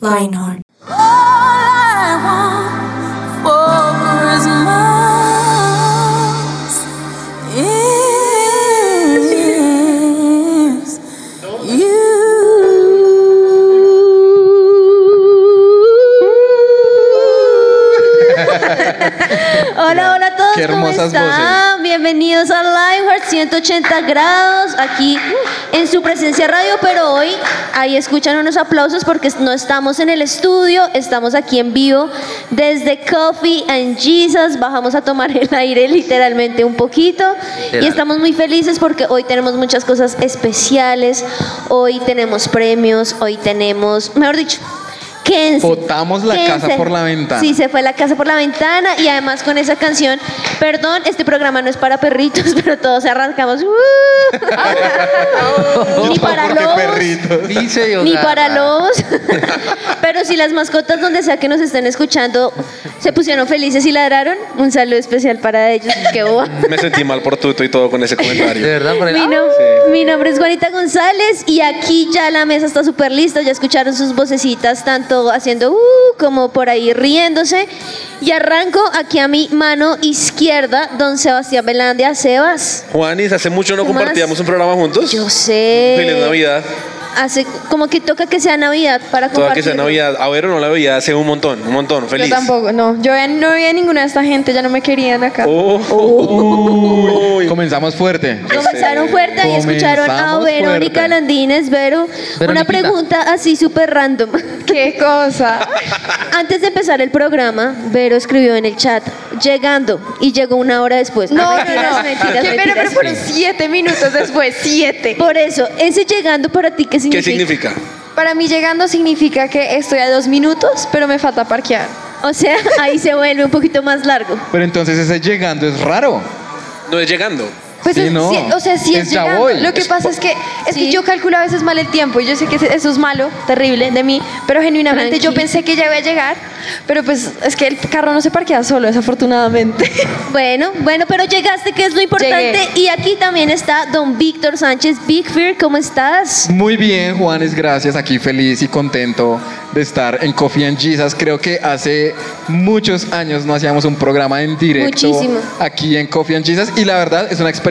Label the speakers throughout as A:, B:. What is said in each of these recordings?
A: Lionheart.
B: Hola, hola a todos.
C: Qué hermosas
B: ¿Cómo están? Bienvenidos a Liveheart 180 grados aquí en su presencia radio, pero hoy ahí escuchan unos aplausos porque no estamos en el estudio, estamos aquí en vivo desde Coffee and Jesus. Bajamos a tomar el aire literalmente un poquito y
C: Literal.
B: estamos muy felices porque hoy tenemos muchas cosas especiales. Hoy tenemos premios, hoy tenemos, mejor dicho, quédense.
C: Botamos la
B: Quédense.
C: casa por la ventana.
B: Sí, se fue la casa por la ventana y además con esa canción, perdón, este programa no es para perritos, pero todos arrancamos. "Uh". ni para
C: Porque
B: lobos.
C: perritos.
D: Dice o
B: Ni
D: sea,
B: para lobos. Pero si las mascotas, donde sea que nos estén escuchando, se pusieron felices y ladraron, un saludo especial para ellos. Qué boba.
E: Me sentí mal por tuto y todo con ese
D: De
E: comentario.
D: verdad, por el-
B: Mi, nom-
C: Ah,
B: mi nombre es Juanita González y aquí ya la mesa está súper lista, ya escucharon sus vocecitas tanto haciendo uh, como por ahí riéndose. Y arranco aquí a mi mano izquierda, don Sebastián Belandia. Sebas,
E: Juanis, hace mucho no
B: ¿Qué más?
E: compartíamos un programa juntos.
B: yo sé.
E: Feliz Navidad.
B: Hace como que toca que sea Navidad para
E: Toda que sea
B: compartirlo.
E: Navidad. A ver, no la veía hace un montón, un montón. Feliz.
A: Yo tampoco, no. Yo ya no vi a ninguna de esta gente, ya no me querían acá.
E: Oh. Uy.
C: Comenzamos fuerte.
B: Comenzaron fuerte y escucharon a
C: Comenzamos
B: Verónica
C: fuerte.
B: Landines, Vero. Una
D: Veroniquita.
B: pregunta así súper random.
A: Qué cosa.
B: Antes de empezar el programa, Vero escribió en el chat, llegando, y llegó una hora después.
A: No,
B: Ah,
A: no,
B: mentiras,
A: no.
B: mentiras,
A: Qué pena,
B: mentiras.
A: pero fueron siete minutos después, siete.
B: Por eso, ese llegando para ti, ¿qué significa?
E: ¿Qué significa?
A: Para mí llegando significa que estoy a dos minutos, pero me falta parquear.
B: O sea, ahí se vuelve un poquito más largo.
C: Pero entonces ese llegando es raro.
E: No es llegando.
A: Pues
C: Sí,
A: es-
C: no.
A: sí, o sea, sí es,
C: Es ya
A: llegando.
C: voy.
A: Lo que
C: Es
A: pasa es que es
B: Sí.
A: que yo calculo a veces mal el tiempo y yo sé que eso es malo, terrible de mí, pero genuinamente yo
B: Tranqui.
A: pensé que ya iba a llegar, pero pues es que el carro no se parquea solo, desafortunadamente.
B: Bueno, bueno, pero llegaste, que es lo importante. Y aquí también está don Víctor Sánchez. Big Fear, ¿cómo estás?
C: Muy bien, Juanes, gracias. Aquí feliz y contento de estar en Coffee and Jesus. Creo que hace muchos años no hacíamos un programa en directo
B: Muchísimo.
C: aquí en Coffee and Jesus y la verdad es una experiencia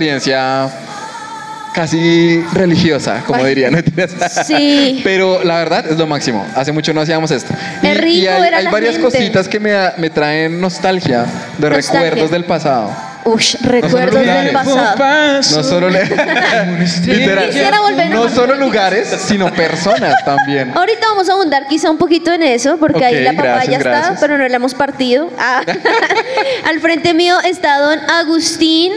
C: casi religiosa, como dirían. mentiras.
B: Sí.
C: Pero la verdad es lo máximo. Hace mucho no hacíamos esto.
B: Qué rico
C: hay,
B: era
C: hay
B: la
C: varias
B: gente.
C: cositas que me, da- me traen nostalgia de
B: Nostalgia.
C: recuerdos del pasado.
B: Uy, recuerdos del
C: lugares.
B: pasado.
C: No solo le- Literal.
B: Quisiera volver a
C: no
B: una
C: solo lugares, sino personas también.
B: Ahorita vamos a abundar quizá un poquito en eso, porque ahí
C: Ok,
B: la papaya
C: gracias,
B: está,
C: gracias.
B: pero no la hemos partido. Ah. Al frente mío está don Agustín.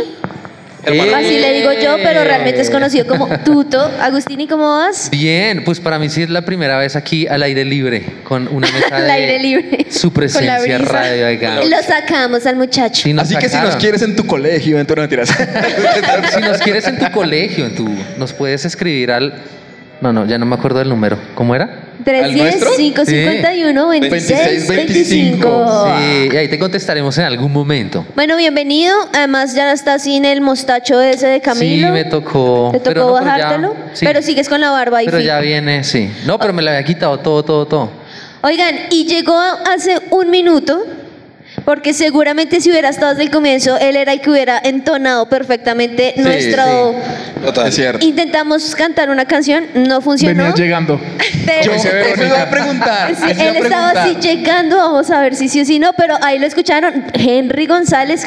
D: Eh.
B: Así le digo yo, pero realmente es conocido como Tuto. Agustín, ¿y cómo vas?
D: Bien, pues para mí sí es la primera vez aquí al aire libre, con una mesa
B: Al
D: de
B: aire libre.
D: su
A: Con la
D: presencia
A: brisa.
D: radio. oiga.
B: Lo sacamos al muchacho.
D: Sí, nos
C: Así que si nos
D: sacaron.
C: quieres en tu colegio, en tu no mentiras.
D: Si nos quieres en tu colegio, en tu, nos puedes escribir al... No, no, ya no me acuerdo del número. ¿Cómo era?
B: 310-551-2625.
C: 25.
D: Sí, Eh, y ahí te contestaremos en algún momento.
B: Bueno, bienvenido. Además, ya está sin el mostacho ese de Camilo.
D: Sí, me tocó.
B: Te tocó
D: pero no, pero ya-
B: bajártelo.
D: sí.
B: Pero sigues con la barba ahí.
D: Pero
B: fijo.
D: ya viene, sí. No, pero me la había quitado todo, todo, todo.
B: Oigan, y llegó hace un minuto, porque seguramente si hubiera estado desde el comienzo, él era el que hubiera entonado perfectamente
C: Sí,
B: nuestro...
E: Total.
C: Es cierto.
B: Intentamos cantar una canción, no funcionó.
F: Venías llegando.
B: pero-
C: Yo eso iba a preguntar.
B: Sí,
C: eso iba a
B: él estaba
C: preguntar.
B: así llegando, vamos a ver si sí o si no, pero ahí lo escucharon. Henry González,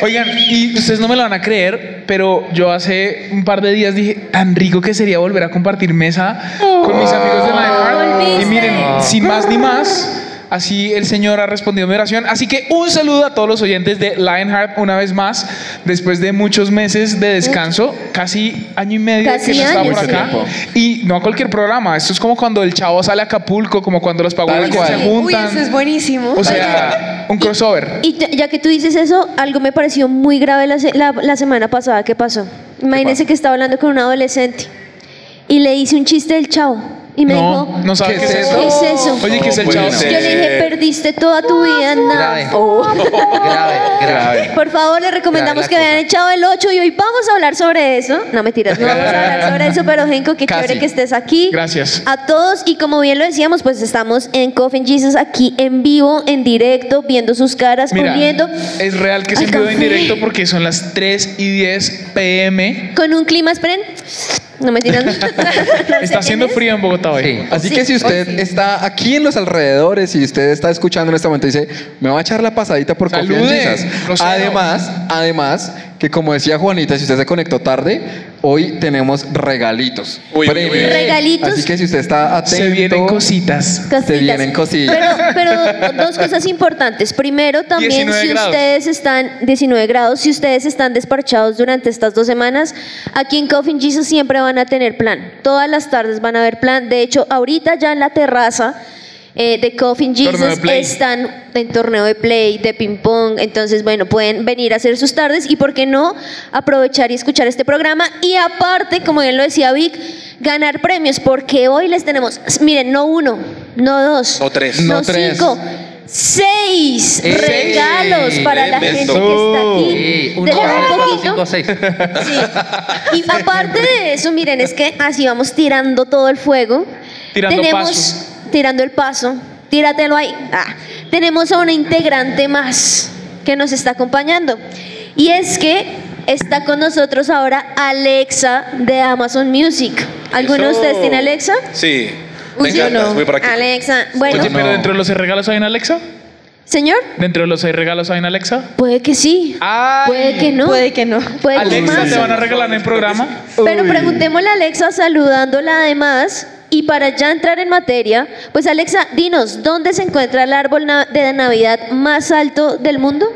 F: Oigan, y ustedes no me lo van a creer, pero yo hace un par de días dije, tan rico que sería volver a compartir mesa con mis amigos de la
B: volviste.
F: Y miren, sin más ni más, Así el Señor ha respondido mi oración. Así que un saludo a todos los oyentes de Lionheart una vez más. Después de muchos meses de descanso, casi año y medio
B: Casi
F: que no estaba
B: año,
F: por
C: sí.
F: acá.
C: Mucho
F: Y no a cualquier programa. Esto es como cuando el chavo sale a Acapulco, como cuando los
C: Tal
F: pagos
C: cual.
F: se
A: Uy,
F: juntan.
A: eso es buenísimo.
F: O sea, un crossover.
B: Y t- ya que tú dices eso, algo me pareció muy grave la, se- la- la semana pasada que pasó. Imagínense que estaba hablando con un adolescente y le hice un chiste del chavo y me
F: No,
B: dijo,
F: no sabes
C: ¿Qué
F: qué
C: es
F: es
B: ¿qué
F: eso.
B: es eso?
F: Oye, ¿qué es el
E: No
F: chavo?
E: puede
B: Yo
E: ser.
B: le dije, perdiste toda tu vida, nada.
D: Grave.
B: Oh.
D: Grave, grave.
B: Por favor, les recomendamos
D: la
B: que
D: cosa.
B: vean el Chavo del 8 y hoy vamos a hablar sobre eso. No, mentiras, no vamos a hablar sobre eso, pero Genko, qué
C: Casi.
B: chévere que estés aquí.
F: Gracias.
B: A todos, y como bien lo decíamos, pues estamos en Coffin Jesus aquí en vivo, en directo, viendo sus caras,
F: Mira,
B: oliendo,
F: es real que se
B: Al
F: envió en
B: café.
F: directo porque son las 3 y 10 pm.
B: con un clima, esperen. No me tiran.
F: Está haciendo frío en Bogotá hoy.
D: Sí.
C: Así
B: Sí,
C: que si
B: hoy
C: usted
B: sí.
C: está aquí en los alrededores y usted está escuchando en este momento y dice, me va a echar la pasadita por Coffee and
F: Salude,
C: Jesus".
F: grosero.
C: Además, además, que como decía Juanita, si usted se conectó tarde, hoy tenemos regalitos.
E: Uy, uy, uy.
C: Premios.
B: Regalitos.
C: Así que si usted está atento,
F: Se vienen cositas.
C: se vienen cosillas.
B: Pero, pero dos cosas importantes. Primero, también
F: 19
B: si
F: grados.
B: ustedes están 19 grados, si ustedes están desparchados durante estas dos semanas, aquí en Coffin Jesus siempre van a tener plan. Todas las tardes van a haber plan. De hecho, ahorita ya en la terraza eh, de Coffin
F: Torneo de
B: Jesus
F: play.
B: están en torneo de play, de ping pong. Entonces, bueno, pueden venir a hacer sus tardes y por qué no aprovechar y escuchar este programa. Y aparte, como bien lo decía Vic, ganar premios porque hoy les tenemos, miren, no uno, no dos,
E: No tres.
C: No
B: no,
C: tres.
B: cinco. Seis
D: Ey,
B: regalos para la gente que
E: tremendo.
B: está aquí.
D: Sí, uno,
B: De-
D: dos, tres,
B: un
D: cuatro,
B: poquito.
D: cinco, seis.
B: Sí. Y aparte de eso, miren, es que así vamos tirando todo el fuego.
F: Tirando
B: Tenemos,
F: paso.
B: Tirando el paso. Tíratelo ahí. Ah. Tenemos a una integrante más que nos está acompañando. Y es que está con nosotros ahora Alexa de Amazon Music. ¿Alguno de
E: Eso.
B: ustedes tiene Alexa?
E: Sí. Me
A: Uy, yo
E: encanta,
A: no.
E: es muy práctico.
B: Alexa, bueno,
F: Oye, pero
C: No.
F: dentro de los seis regalos hay una Alexa.
B: señor,
F: Dentro de los seis regalos hay una Alexa.
B: puede que sí,
F: Ay.
B: puede que no,
A: Puede que no.
B: puede que
F: Alexa,
B: más.
F: te van a regalar en el programa.
B: Pero preguntémosle a Alexa saludándola además. Y para ya entrar en materia, pues Alexa, dinos, ¿dónde se encuentra el árbol na- de Navidad más alto del mundo?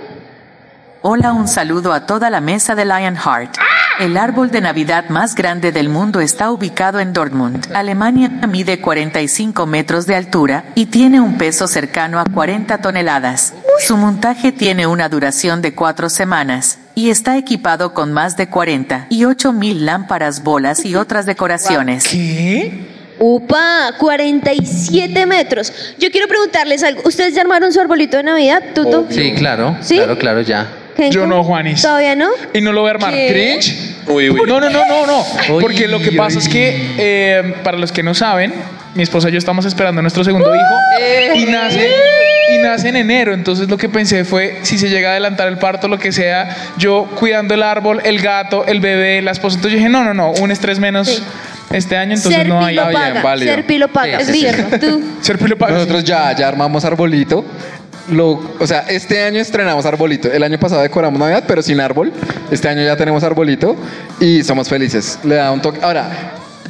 G: Hola, un saludo a toda la mesa de Lionheart. El árbol de Navidad más grande del mundo está ubicado en Dortmund. Alemania mide 45 metros de altura y tiene un peso cercano a 40 toneladas. Su montaje tiene una duración de cuatro semanas y está equipado con más de 40 y 8 mil lámparas, bolas y otras decoraciones.
F: ¿Qué?
B: Upa, 47 metros. Yo quiero preguntarles algo. ¿Ustedes ya armaron su arbolito de Navidad, Tuto?
D: Sí, claro.
B: ¿Sí?
D: Claro, claro, ya.
B: Genko?
F: Yo no, Juanis.
B: ¿Todavía no?
F: Y no lo voy a armar.
A: ¿Qué?
F: ¿Cringe?
E: Uy, uy.
F: No, no, no, no, no.
D: Oy,
F: Porque lo que pasa
D: oy.
F: es que, eh, para los que no saben, mi esposa y yo estamos esperando a nuestro
B: Uh,
F: segundo hijo
B: eh.
F: y nace, y nace en enero. Entonces lo que pensé fue, si se llega a adelantar el parto, lo que sea, yo cuidando el árbol, el gato, el bebé, la esposa. Entonces yo dije, no, no, no, un estrés menos
B: Sí.
F: este año, entonces
B: Serpi
F: no hay.
B: lo
C: Ah, bien,
B: paga.
C: válido.
B: Serpi lo paga.
D: Sí,
B: Es
D: sí, sí.
B: bien, tú.
F: Serpi lo paga.
C: Nosotros ya, ya armamos arbolito. Lo- o sea, este año estrenamos arbolito. El año pasado decoramos Navidad, pero sin árbol. Este año ya tenemos arbolito y somos felices. Le da un toque. Ahora,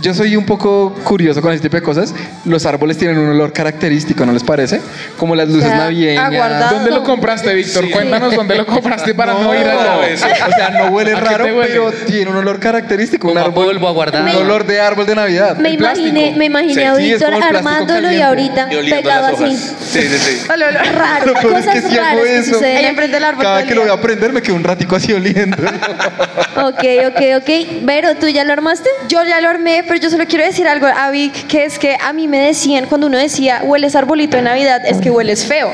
C: yo soy un poco curioso con este tipo de cosas. Los árboles tienen un olor característico, ¿no les parece? Como las luces
A: sea,
C: navideñas.
A: aguardado.
F: ¿Dónde
B: Ah.
F: lo compraste, Víctor? Cuéntanos dónde lo compraste para no, ir
E: no,
F: allá.
E: es-
C: O sea, no huele
F: ¿A qué
C: raro,
F: te huele?
C: pero tiene un olor característico. Un
D: Como a
C: árbol.
D: polvo aguardado.
C: Un olor de árbol de Navidad.
B: Me imaginé, me imaginé
E: Sí,
B: a
C: sí, es
B: Víctor
C: como el plástico
B: armándolo y
C: caliente.
B: ahorita
E: Y oliendo
B: pegado
E: las
B: así.
E: hojas. Sí, sí, sí.
A: Hola, hola.
B: Raro,
C: Lo peor es
B: cosas
C: que si hago
B: raras que
C: eso-
B: suceden.
A: Ahí
B: aquí.
A: enfrente del árbol.
C: Cada que lo voy
A: olía.
C: a prender me quedo un ratico así oliendo.
B: Ok, ok, ok. Vero, ¿tú ya lo armaste?
A: Yo ya lo armé, pero yo solo quiero decir algo a Vic, que es que a mí me decían cuando uno decía hueles arbolito de Navidad, es que hueles feo.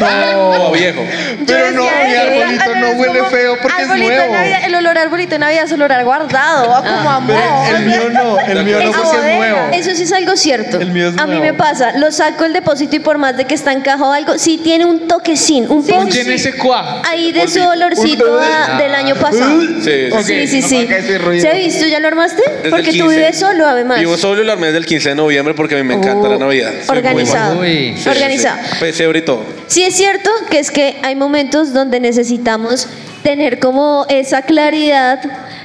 B: Oh.
E: Todo viejo.
A: Yo
C: Pero no,
A: decía,
C: mi
A: "Eh,
C: arbolito
A: al
C: no
A: menos
C: huele
A: como
C: feo porque es
A: arbolito de
C: nuevo".
A: Navidad, el olor a arbolito de Navidad es olor a guardado,
B: Ah.
A: a como a
C: Pero
A: moho.
C: el mío no, el mío no
A: Es
C: porque es
A: bodega.
C: nuevo.
B: Eso sí es algo cierto.
C: El mío es
B: a mí
C: nuevo.
B: me pasa, lo saco el depósito y por más de que está encajado algo, sí tiene un toquecín, un
F: No
B: punch
F: tiene ese cuá.
B: ahí de su olorcito a- del año pasado.
E: Sí, Ah. sí.
B: Sí, sí, sí.
C: haga ese ruido.
B: ¿Sevis, tú ya lo armaste?
E: Desde
B: Porque
E: el
B: tú
E: 15.
B: vives solo, además.
E: Vivo solo el armé del 15 de noviembre porque a mí me encanta
B: Oh,
E: la Navidad. Soy muy
B: Organizado.
E: fan.
D: Uy.
E: Sí,
B: organizado.
E: sí, sí. Pesebre y todo.
B: Sí es cierto que es que hay momentos donde necesitamos tener como esa claridad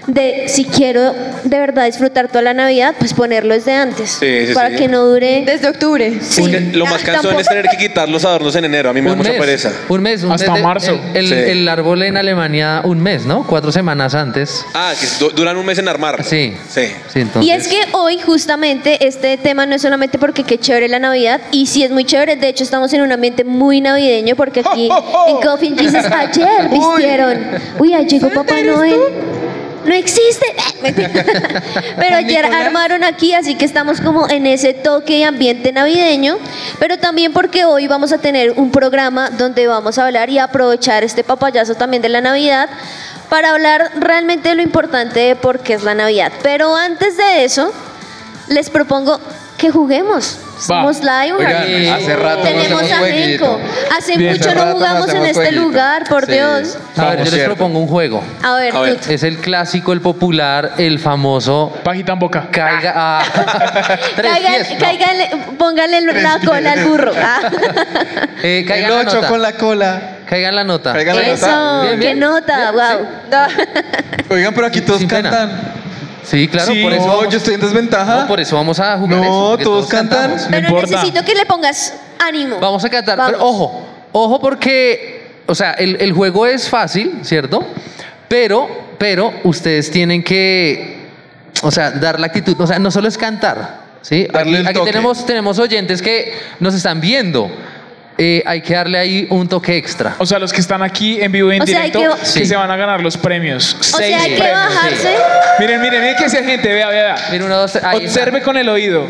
B: de si quiero de verdad disfrutar toda la Navidad, pues ponerlo desde antes.
E: Sí, sí,
B: para
E: sí.
B: que no dure.
A: Desde octubre.
E: Es que lo
B: Ah,
E: más cansón es tener que quitar los adornos en enero. A mí me da mucha pereza.
D: Un mes, un
F: Hasta
D: mes de-
F: marzo.
D: El, el-
E: Sí.
D: el árbol en Alemania, un mes, ¿no? Cuatro semanas antes.
E: Ah, que du- duran un mes en armar.
D: Sí.
E: Sí.
D: Sí, entonces.
B: Y es que hoy justamente este tema no es solamente porque qué chévere la Navidad y sí es muy chévere, de hecho estamos en un ambiente muy navideño porque aquí en Coffin dices ayer vistieron, uy, ayer llegó Papá Noel. No existe. Mentira. Pero ayer armaron aquí, así que estamos como en ese toque y ambiente navideño. Pero también porque hoy vamos a tener un programa donde vamos a hablar y aprovechar este papayazo también de la Navidad para hablar realmente de lo importante de por qué es la Navidad. Pero antes de eso, les propongo que juguemos. Somos Lionheart.
C: Oigan, hace rato no
B: Tenemos
C: hacemos
B: a Genco.
C: jueguito.
B: Hace
C: Bien,
B: mucho no
C: hace rato no
B: jugamos en
C: hacemos
B: este
C: jueguito.
B: lugar, por
C: Sí.
B: Dios.
D: A ver, yo les
C: Cierto.
D: propongo un juego.
B: A ver,
E: A ver.
B: Tut.
D: Es el clásico, el popular, el famoso.
F: Pajita en boca.
D: Caiga. ah, tres
B: Caigan-
D: pies, no.
B: cáiganle- pónganle la cola al burro. Ah.
D: Eh, caiga
C: el
D: la
C: 8
D: nota.
C: con la cola.
D: Caiga la nota.
C: Caiga la nota.
B: Eso,
D: Bien,
B: qué
D: bien.
B: nota, wow.
C: Oigan, pero aquí todos
D: Sin pena.
C: cantan.
D: Sí, claro,
C: Sí,
D: por eso.
C: no,
D: vamos-
C: yo estoy en desventaja.
D: no, por eso vamos a jugar.
C: No,
D: eso, porque
C: todos cantan.
D: cantamos.
F: No
B: Pero
F: importa.
B: necesito que le pongas ánimo.
D: Vamos a cantar.
B: Vamos.
D: Pero ojo, ojo porque, o sea, el, el juego es fácil, ¿cierto? Pero, pero ustedes tienen que, o sea, dar la actitud. O sea, no solo es cantar, ¿sí?
C: Darle
D: aquí
C: el
D: aquí
C: toque.
D: tenemos, tenemos oyentes que nos están viendo. Eh, hay que darle ahí un toque extra.
F: O sea, los que están aquí en vivo y en
B: O sea, hay
F: directo,
B: que-
F: que,
D: Sí.
F: se van a ganar los premios.
B: O
F: Seis
B: sea, hay que
F: premios.
B: bajarse.
F: Miren, miren, miren que esa gente, vea, vea, vea.
D: Mira, uno, dos, tres. Ahí está.
F: Observe con el oído.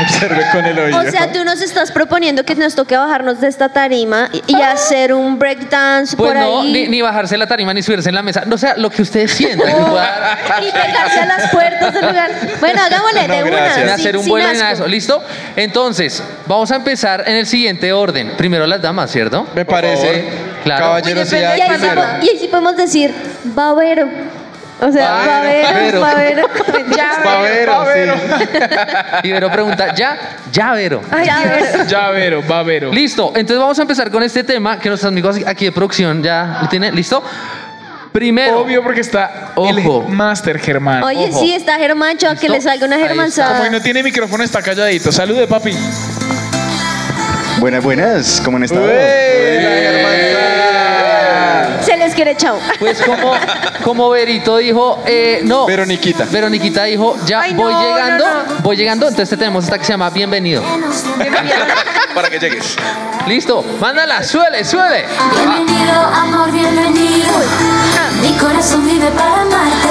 C: Observe con el oído.
B: O sea, tú nos estás proponiendo que nos toque bajarnos de esta tarima y, y hacer un breakdance
D: Pues
B: por
D: no,
B: ahí.
D: ni, ni bajarse la tarima ni subirse en la mesa. No, o sea, lo que ustedes sientan. que pueda-
B: Y pegarse a las puertas del lugar. Bueno, hagámosle de una.
D: Sin
B: sin-
D: hacer un
B: sin
D: vuelo en
B: asco.
D: eso, ¿listo? Entonces, vamos a empezar en el siguiente orden. Primero las damas, ¿cierto?
C: Me parece.
D: Claro.
C: Caballerosidad
B: Y ahí, sí,
C: primero.
B: po- y ahí sí podemos decir, babero. O sea, babero,
D: Babero.
B: babero.
C: Pavero, sí.
D: Ibero pregunta, ¿ya? Ya, Vero.
B: Ay, ya ves.
F: Ya vero, va vero.
D: Listo, entonces vamos a empezar con este tema que nuestros amigos aquí de producción ya lo tienen. ¿Listo? Primero,
F: Obvio porque está
D: Ojo.
F: el Master Germán.
B: Oye,
D: Ojo.
B: sí, está Germancho, a que
D: ¿Listo?
B: le salga una
D: Ahí está.
F: Como hoy
B: germanzada.
F: no tiene micrófono, está calladito. Salude, papi.
H: Buenas, buenas, ¿cómo han estado?
B: Se les quiere chao.
D: pues como, como Verito dijo, eh, no.
C: Veroniquita.
D: Veroniquita dijo, ya
A: Ay,
D: voy
A: no,
D: llegando,
A: no, no.
D: voy llegando. Entonces este tenemos esta que se llama Bienvenido.
E: Para que llegues.
D: Listo, mándala, suele, suele.
I: Bienvenido, amor, bienvenido. Mi corazón vive para amarte,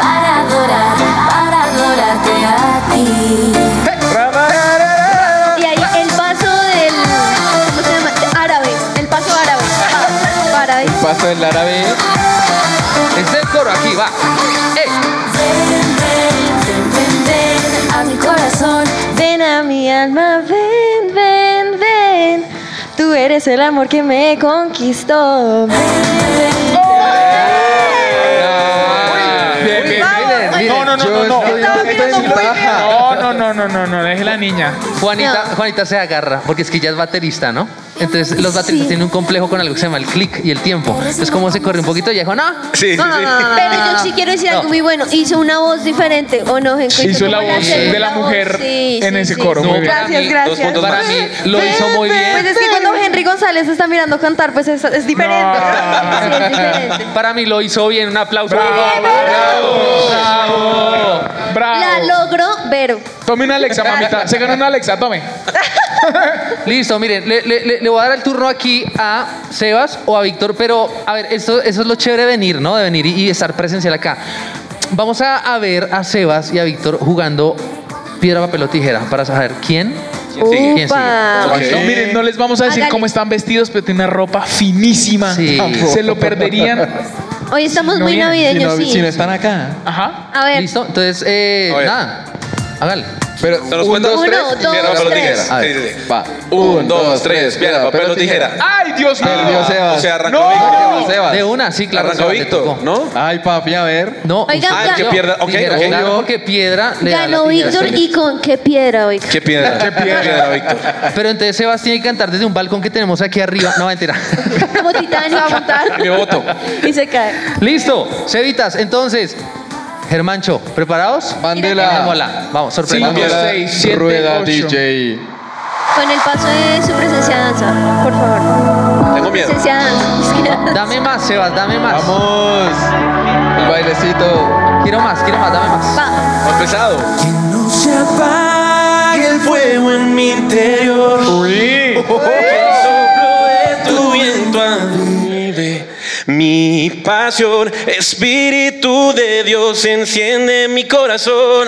I: para adorar, para adorarte a ti.
B: Y ahí el paso del. ¿Cómo se llama? Árabe. El paso árabe. Pa- para ahí.
C: Paso del árabe.
D: Este el coro aquí, va. Eh,
I: Ven, ven, ven, ven,
B: este.
I: ven a mi corazón.
A: Ven a mi alma, ven, ven, ven. Tú eres el amor que me conquistó.
D: Ah,
F: Bien, bien, bien.
D: miren, miren.
F: No, no, no,
C: Yo
F: no, no.
C: estoy
A: Estamos
C: en
A: viendo muy
C: desventaja.
F: No, no, no, no, no, no, deje la niña.
D: Juanita, Juanita se agarra, porque es que ella es baterista, ¿no? Entonces los bateristas tienen un complejo con algo que se llama el click y el tiempo. Entonces como se corre un poquito, ella dijo, no,
E: Sí, sí, sí.
B: Pero yo sí quiero decir algo
D: No.
B: muy bueno. Hizo una voz diferente, ¿o no, gente?
F: Hizo la
B: como
F: voz
B: segunda
F: de la
B: voz.
F: mujer
B: Sí,
F: en
B: sí,
F: ese
B: sí,
F: coro.
D: No,
F: Muy bien.
D: para
A: Gracias,
D: mí,
E: Dos
A: gracias.
E: puntos
D: Para
E: más.
D: mí lo hizo muy
A: Pues
D: bien.
A: es que cuando Henry González está mirando cantar, pues es, es diferente.
F: No.
B: Sí, es diferente.
D: Para mí lo hizo bien, un aplauso.
F: bravo.
B: La
F: Bravo.
B: logró, pero.
F: Tome una Alexa, mamita. Se ganó una Alexa, tome.
D: Listo, miren, le, le- le- le voy a dar el turno aquí a Sebas o a Víctor, pero a ver, esto, eso es lo chévere de venir, ¿no? De venir y, y estar presencial acá. Vamos a, a ver a Sebas y a Víctor jugando piedra, papel o tijera para saber quién.
E: Sí.
D: ¿Quién
A: Upa.
E: Ok.
F: No, miren, no les vamos a decir
B: Hágale.
F: cómo están vestidos, pero tiene una ropa finísima.
D: Sí.
F: Se lo perderían.
B: Hoy estamos
F: no
B: muy
F: vienen,
B: navideños, sí.
C: Si no están acá.
F: Ajá.
B: A ver,
D: Listo, entonces, eh,
E: A ver.
D: nada, hágale.
C: Pero,
E: ¿Se los cuento?
B: Uno,
E: tres?
B: dos,
E: Piedra, papel o
B: tres.
E: tijera.
C: A
E: Sí,
C: ver,
E: sí, sí.
C: va.
E: Un, dos, tres. Piedra, papel o tijera.
F: ¡Ay, Dios mío!
C: Perdió
H: eh.
C: Sebas.
E: O sea, arrancó
F: ¡No!
E: Víctor.
C: Perdió Sebas.
D: De una, sí, claro.
E: Arrancó
D: Sebas, te
E: Víctor,
D: tocó.
E: ¿no?
C: Ay, papi, a ver.
D: No,
B: Oigan,
D: usted-
B: ya- Ah, que
E: pierda, ok,
D: Tijera,
E: ok.
D: claro, porque piedra le da la
B: Ganó
D: tijera,
B: Víctor
D: sí.
B: y con qué piedra, oiga.
E: ¿Qué piedra? ¿Qué piedra, Víctor?
D: Pero entonces Sebas tiene que cantar desde un balcón que tenemos aquí arriba. No, mentira.
B: Como Titanic.
A: va a montar.
E: Mi voto.
A: y se cae.
D: Listo, Cevitas. Entonces, Germancho, ¿preparados?
C: Mandela.
D: Ganémosla. Vamos,
F: Cinco,
D: sorprendamos.
C: Mandela.
F: seis, siete,
C: Rueda
F: ocho.
C: DJ.
B: Con el paso de su presencia de danza, por favor.
E: Tengo miedo.
B: Presencia de danza.
D: Dame más, Sebas, dame más.
C: Vamos. El bailecito.
D: Quiero más, quiero más, dame más.
B: Va.
E: Más pesado.
H: No se apague el fuego en mi interior. El soplo de tu viento avive mi pasión. Espíritu de Dios enciende mi corazón.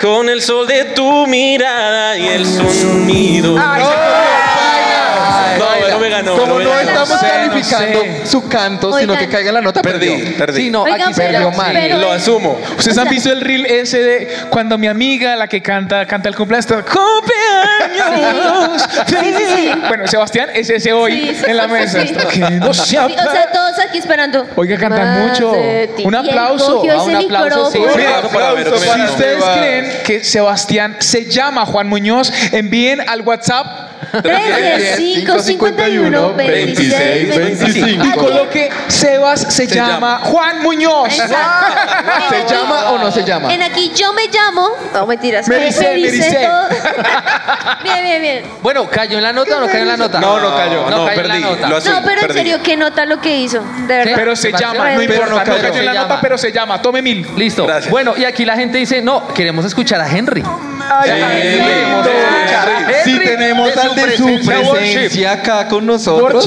H: Con el sol de tu mirada y el sonido.
E: No, pero me ganó. pero
C: Como
E: me
C: no
E: ganó.
C: estamos
F: sé, no
C: calificando
F: sé.
C: su canto, sino
B: Oigan.
C: que caiga en la nota,
E: Perdí,
C: perdió.
E: perdí.
D: Sí, no,
B: Oigan,
D: aquí se
B: pero-
D: perdió mal.
B: pero-
E: Lo asumo.
F: ¿Ustedes han visto el reel ese de cuando mi amiga, la que canta, canta el cumpleaños? está, ¡Cumpleaños! Bueno, Sebastián, es ese hoy
B: Sí, sí,
F: en la
B: sí,
F: mesa.
B: sí.
F: Está que no se
B: Sí, o sea, todos aquí esperando.
F: Oiga, cantan
B: Más
F: mucho.
B: de ti.
F: Un
B: Y él
F: aplauso.
B: cogió
F: Ah,
B: ese
D: un aplauso, sí.
E: Un
B: micrófono.
E: aplauso para ver,
F: Aplauso.
E: para
F: Si
E: ver.
F: ustedes creen que Sebastián se llama Juan Muñoz, envíen al WhatsApp
B: 13, 5, 51, 26, 25.
F: y coloque Sebas se, llama,
E: llama.
F: Juan Muñoz.
B: Exacto.
C: ¿Se llama o no se llama?
B: En aquí yo me llamo. No, mentiras.
F: Me dice, me dice.
B: todo. bien, bien, bien.
D: Bueno, ¿cayó en la nota o no cayó en la nota?
E: No, no cayó.
D: No
E: No,
D: cayó en la
E: perdí.
D: nota.
E: Lo asumo.
B: no, pero en
E: perdí.
B: serio, qué nota lo que hizo. De verdad.
F: Pero se
D: Me parece
F: llama, no
D: bien.
F: importa.
D: Pero no
F: No
D: cayó.
F: cayó en la
D: Se
F: nota,
D: llama.
F: pero se llama. Tome mil.
D: Listo.
E: Gracias.
D: Bueno, y aquí la gente dice, no, queremos escuchar a Henry.
C: Henry. Si tenemos
D: de
C: al
D: su
C: de su
D: presencia,
C: presencia acá con nosotros,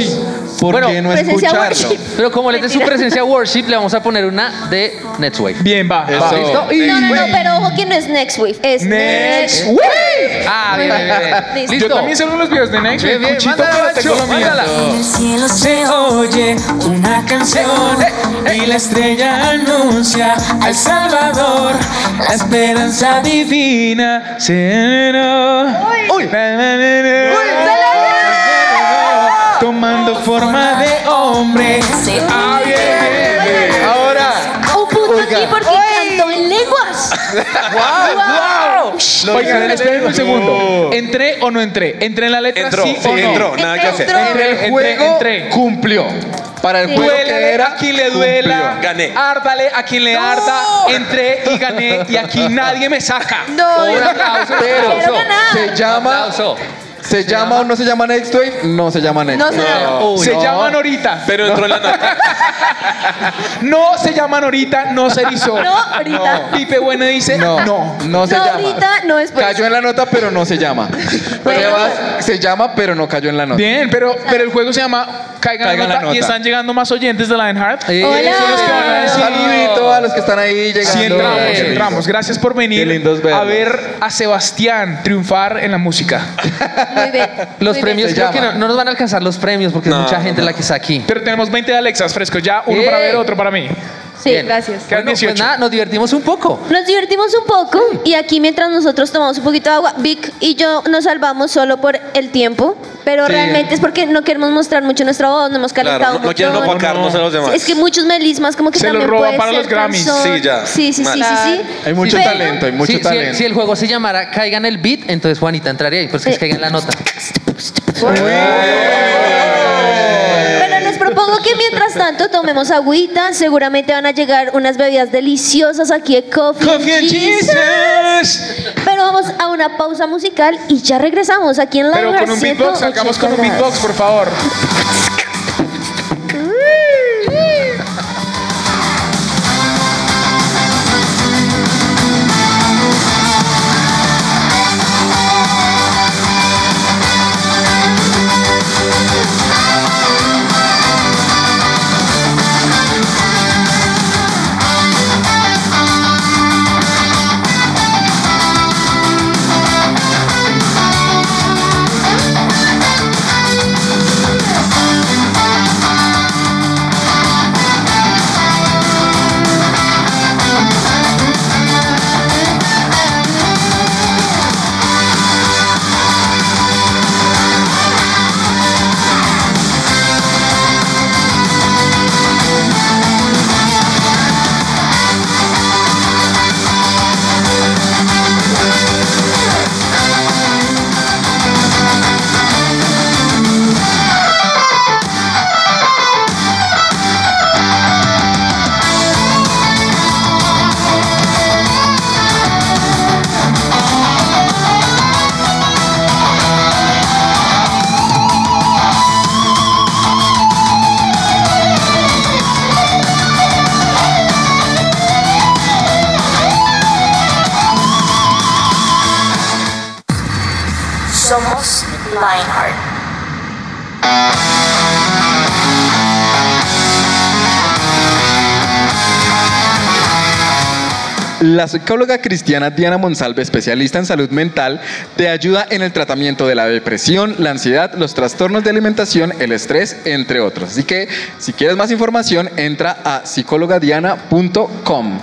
C: ¿por qué
D: Bueno,
C: no
B: presencia
C: escucharlo?
B: worship.
D: Pero como le de su presencia worship, le vamos a poner una de Netway.
F: Bien, va.
C: Eso.
F: va.
D: ¿Listo? Y-
B: No, no, no, pero ojo que no es Next Wave, es
F: Next Week.
D: Ah, bien, bien, bien.
B: Listo.
D: Listo.
F: Yo también sé los videos de Next
D: Bien,
F: Week.
D: bien,
F: Cuchito,
D: mándala,
F: pero tengo
D: Nacho,
F: lo mío.
D: mándala.
H: En el cielo se oye una canción y la estrella anuncia al Salvador la esperanza divina. Se Uy. Tomando forma de hombre.
I: Sí.
F: Ah, bien, bien, bien.
H: Ah,
F: Ahora.
B: Un punto aquí porque cantó en lenguas.
F: ¡Wow!
C: Lo
F: Oigan,
C: hice.
F: esperen un segundo. ¿Entré o no entré? ¿Entré en la letra
E: Entró,
F: sí
E: sí,
F: o no?
E: entró. Nada que hacer.
B: Entró.
F: Entré, entré,
C: El juego
F: entré.
C: cumplió. Para el juego que
F: Duélale
C: era,
F: a quien le duela.
E: cumplió. Gané.
F: Árdale a quien le arda. Entré y gané. Y aquí nadie me saca.
A: No,
D: Un
A: Dios mío.
D: aplauso,
C: Pero
A: Quiero ganar.
C: se llama,
D: Aplauso.
C: se llama o no se llama Next Wave, no se llama Next
A: No
C: Wave.
A: se llama.
D: Uy,
F: se
D: no.
F: llaman ahorita.
E: Pero entró en la nota.
F: No se llaman ahorita, no se erizó.
A: No, ahorita.
F: Pipe Bueno dice no.
C: No, no, se
A: No,
C: llama.
A: ahorita no es por
C: Cayó en la nota, pero no se llama. Sebas se llama, pero no cayó en la nota.
F: Bien, pero, pero el juego se llama Caigan,
C: Caigan
F: la,
C: la
F: nota, y
C: nota.
F: están llegando más oyentes de Lionheart.
D: Eh,
A: Hola.
F: Son los que van a decir,
C: Saludito a los que están ahí llegando.
F: Sí, entramos,
D: Qué lindo.
F: entramos. Gracias por venir
C: Qué lindos verlos.
F: a ver a Sebastián triunfar en la música.
A: Muy bien.
D: Los
A: muy
D: premios,
A: bien.
C: Se
D: creo que no,
C: llama.
D: no nos van a alcanzar los premios porque es
E: No,
D: mucha gente
E: no.
D: la que está aquí.
F: Pero tenemos 20 de Alexas frescos, ya uno para
D: ¡Eh!
F: ver, otro para mí.
A: Sí,
D: Bien.
A: gracias.
F: Quedan
D: Bueno, pues
F: 18.
D: nada, nos divertimos un poco.
B: Nos divertimos un poco y aquí mientras nosotros tomamos un poquito de agua, Vic y yo nos salvamos solo por el tiempo, pero
C: Sí.
B: realmente es porque no queremos mostrar mucho nuestra voz, no hemos
E: Claro,
B: calentado
E: no, no
B: mucho.
E: quieren opacarnos a los demás.
B: Es que muchos melismas como que
F: Se lo
B: también
F: roban
B: puede
F: para
B: ser
F: los Grammys.
B: cansón.
E: Sí, ya.
B: Sí, sí, sí, sí,
E: Mal.
B: sí.
C: Hay mucho
B: Pero-
C: talento, hay mucho
D: Si- si, el-
C: talento.
D: si el juego se llamara Caigan el beat, entonces Juanita entraría ahí, pero es que
B: Eh.
D: es caigan la nota.
B: Pero les propongo que mientras tanto tomemos agüita. Seguramente van a llegar unas bebidas deliciosas aquí de Coffee, and Cheese. Pero vamos a una pausa musical y ya regresamos aquí en Live
F: Pero con un
B: Heart
F: beatbox, hagamos con un
B: 180
F: beatbox, por favor.
I: Thank Somos Lionheart.
C: La psicóloga cristiana Diana Monsalve, especialista en salud mental, te ayuda en el tratamiento de la depresión, la ansiedad, los trastornos de alimentación, el estrés, entre otros. Así que si quieres más información, entra a psicologadiana.com.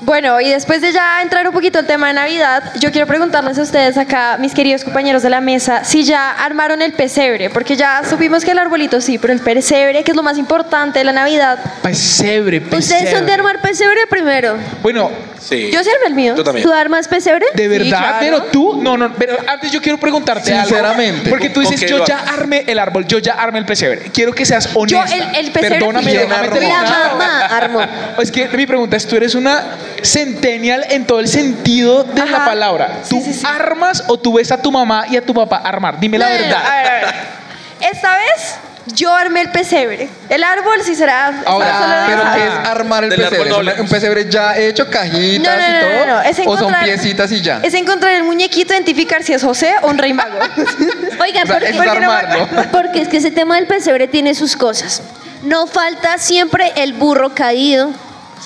A: Bueno, y después de ya entrar un poquito al tema de Navidad, yo quiero preguntarles a ustedes acá, mis queridos compañeros de la mesa, si ya armaron el pesebre, porque ya supimos que el arbolito sí, pero el pesebre, que es lo más importante de la Navidad.
F: Pesebre, pesebre.
B: ¿Ustedes son de armar pesebre primero?
F: Bueno,
E: Sí.
A: Yo sí armé el mío.
E: Yo también.
B: ¿Tú armas pesebre?
F: de verdad,
A: claro.
F: pero tú, no, no, pero antes yo quiero preguntarte algo.
C: Sinceramente.
F: porque tú dices,
E: Ok,
F: yo
E: lo-
F: ya armé el árbol, yo ya armé el pesebre. Quiero que seas
A: Yo
F: honesta.
A: el, el pesebre
F: Perdóname,
A: fui yo.
F: déjame
B: La
F: terminar.
B: mamá armó.
F: Es que mi pregunta es, tú eres una centennial en todo el sentido de la
A: Ajá.
F: palabra.
A: Sí,
F: ¿Tú
A: sí, sí.
F: armas o tú ves a tu mamá y a tu papá armar? Dime la
A: No, no, no,
F: verdad.
A: a ver, a ver. Esta vez yo armé el pesebre. El árbol sí será.
C: Ahora,
A: solo de
C: pero
A: hojas.
C: ¿qué es armar el
E: Del árbol
C: pesebre?
E: no
C: ¿Es una-
E: hablemos.
C: ¿Un pesebre ya hecho, cajitas
A: No, no,
C: y
A: no,
C: todo?
A: no, no, es
C: ¿O son
A: encontrar-
C: piecitas y ya?
A: Es encontrar el muñequito, identificar si es José o un rey mago.
B: Oigan,
C: O sea,
B: porque,
C: es armarlo.
B: porque es que ese tema del pesebre tiene sus cosas. No falta siempre el burro caído.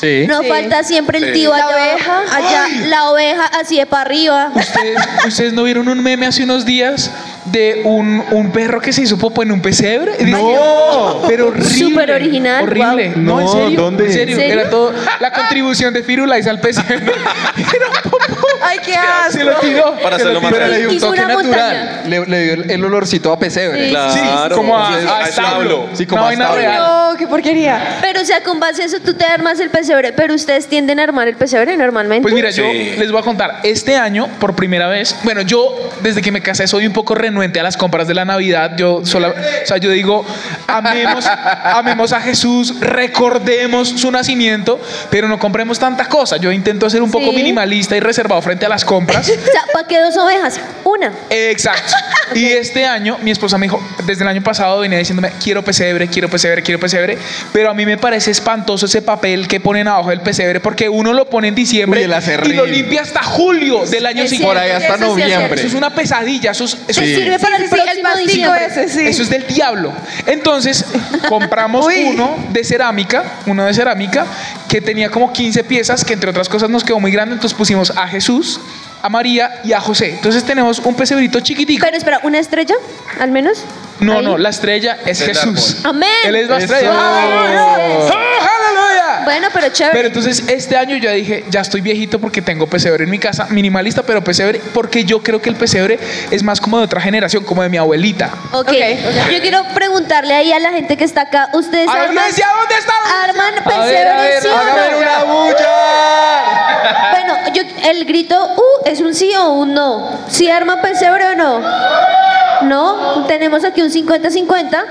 C: Sí.
B: No
A: Sí.
B: falta siempre el tío
A: La
B: allá,
A: oveja.
B: allá, la oveja así de para arriba.
F: ¿Ustedes, ustedes no vieron un meme hace unos días de un, un perro que se hizo popo en un pesebre? ¡No! Pero horrible.
B: Súper original,
F: Horrible.
B: guau.
F: No, en
C: No,
F: serio.
C: ¿dónde?
F: En serio.
B: ¿En serio?
F: Era todo la contribución de Firulais al pesebre. Era un popo.
A: Ay, qué asco.
F: Se lo tiró.
E: Para
F: se
E: hacerlo más
F: tiró.
C: Pero le
E: real.
C: dio un
B: Hizo
C: toque
B: una
C: natural.
B: montaña.
C: Le, le dio el, el olorcito a pesebre.
E: Claro.
F: como a,
E: Sí,
F: a
E: a
F: establo.
E: establo.
C: Sí, como
F: Una
C: a
F: vaina
C: establo.
F: real.
A: No, qué porquería.
B: Pero o sea, con base a eso tú te armas el pesebre, pero ustedes tienden a armar el pesebre normalmente.
F: Pues mira,
E: Sí.
F: yo les voy a contar, este año, por primera vez, bueno, yo desde que me casé soy un poco renuente a las compras de la Navidad, yo sola, o sea, yo digo, amemos, amemos a Jesús, recordemos su nacimiento, pero no compremos tanta cosa, yo intento ser un poco
B: Sí.
F: minimalista y reservado frente a las compras.
B: O sea, ¿para qué dos ovejas? Una.
F: Exacto. Y este año, mi esposa me dijo, desde el año pasado venía diciéndome, quiero pesebre, quiero pesebre, quiero pesebre, pero a mí me parece espantoso ese papel que ponen abajo del pesebre porque uno lo pone en diciembre
C: Uy, el acerrín.
F: y lo limpia hasta julio del año
B: Es
F: siguiente.
C: Por ahí hasta
B: Eso sí es cierto.
C: noviembre.
F: Eso es una pesadilla, eso es, eso
B: Te
F: es-
B: sirve para el
A: Sí, el
B: próximo
A: pastico
B: diciembre.
A: ese, sí.
F: eso es del diablo. Entonces, compramos uno de cerámica, uno de cerámica, que tenía como 15 piezas, que entre otras cosas nos quedó muy grande, entonces pusimos a Jesús, a María y a José. Entonces tenemos un pesebrito chiquitico.
B: Pero espera, ¿una estrella? ¿Al menos?
F: No,
B: Ahí.
F: no, la estrella es
E: Del
F: Jesús.
E: árbol.
B: Amén.
F: Él es la
C: Eso.
F: estrella. ¡Oh, aleluya!
B: Bueno, pero chévere.
F: Pero entonces este año yo dije, ya estoy viejito porque tengo pesebre en mi casa, minimalista, pero pesebre, porque yo creo que el pesebre es más como de otra generación, como de mi abuelita.
A: Ok,
B: ok. Yo quiero preguntarle ahí a la gente que está acá, ¿ustedes
F: ¡A ver,
B: arman,
F: Lesia, ¿dónde está?
B: arman
F: A ver, a ver,
B: pesebre sí o
F: hágame
B: no?
F: una
B: Bueno, yo, el grito uh, es un sí o un no. ¿Si arma pesebre o no? No, tenemos aquí un 50-50.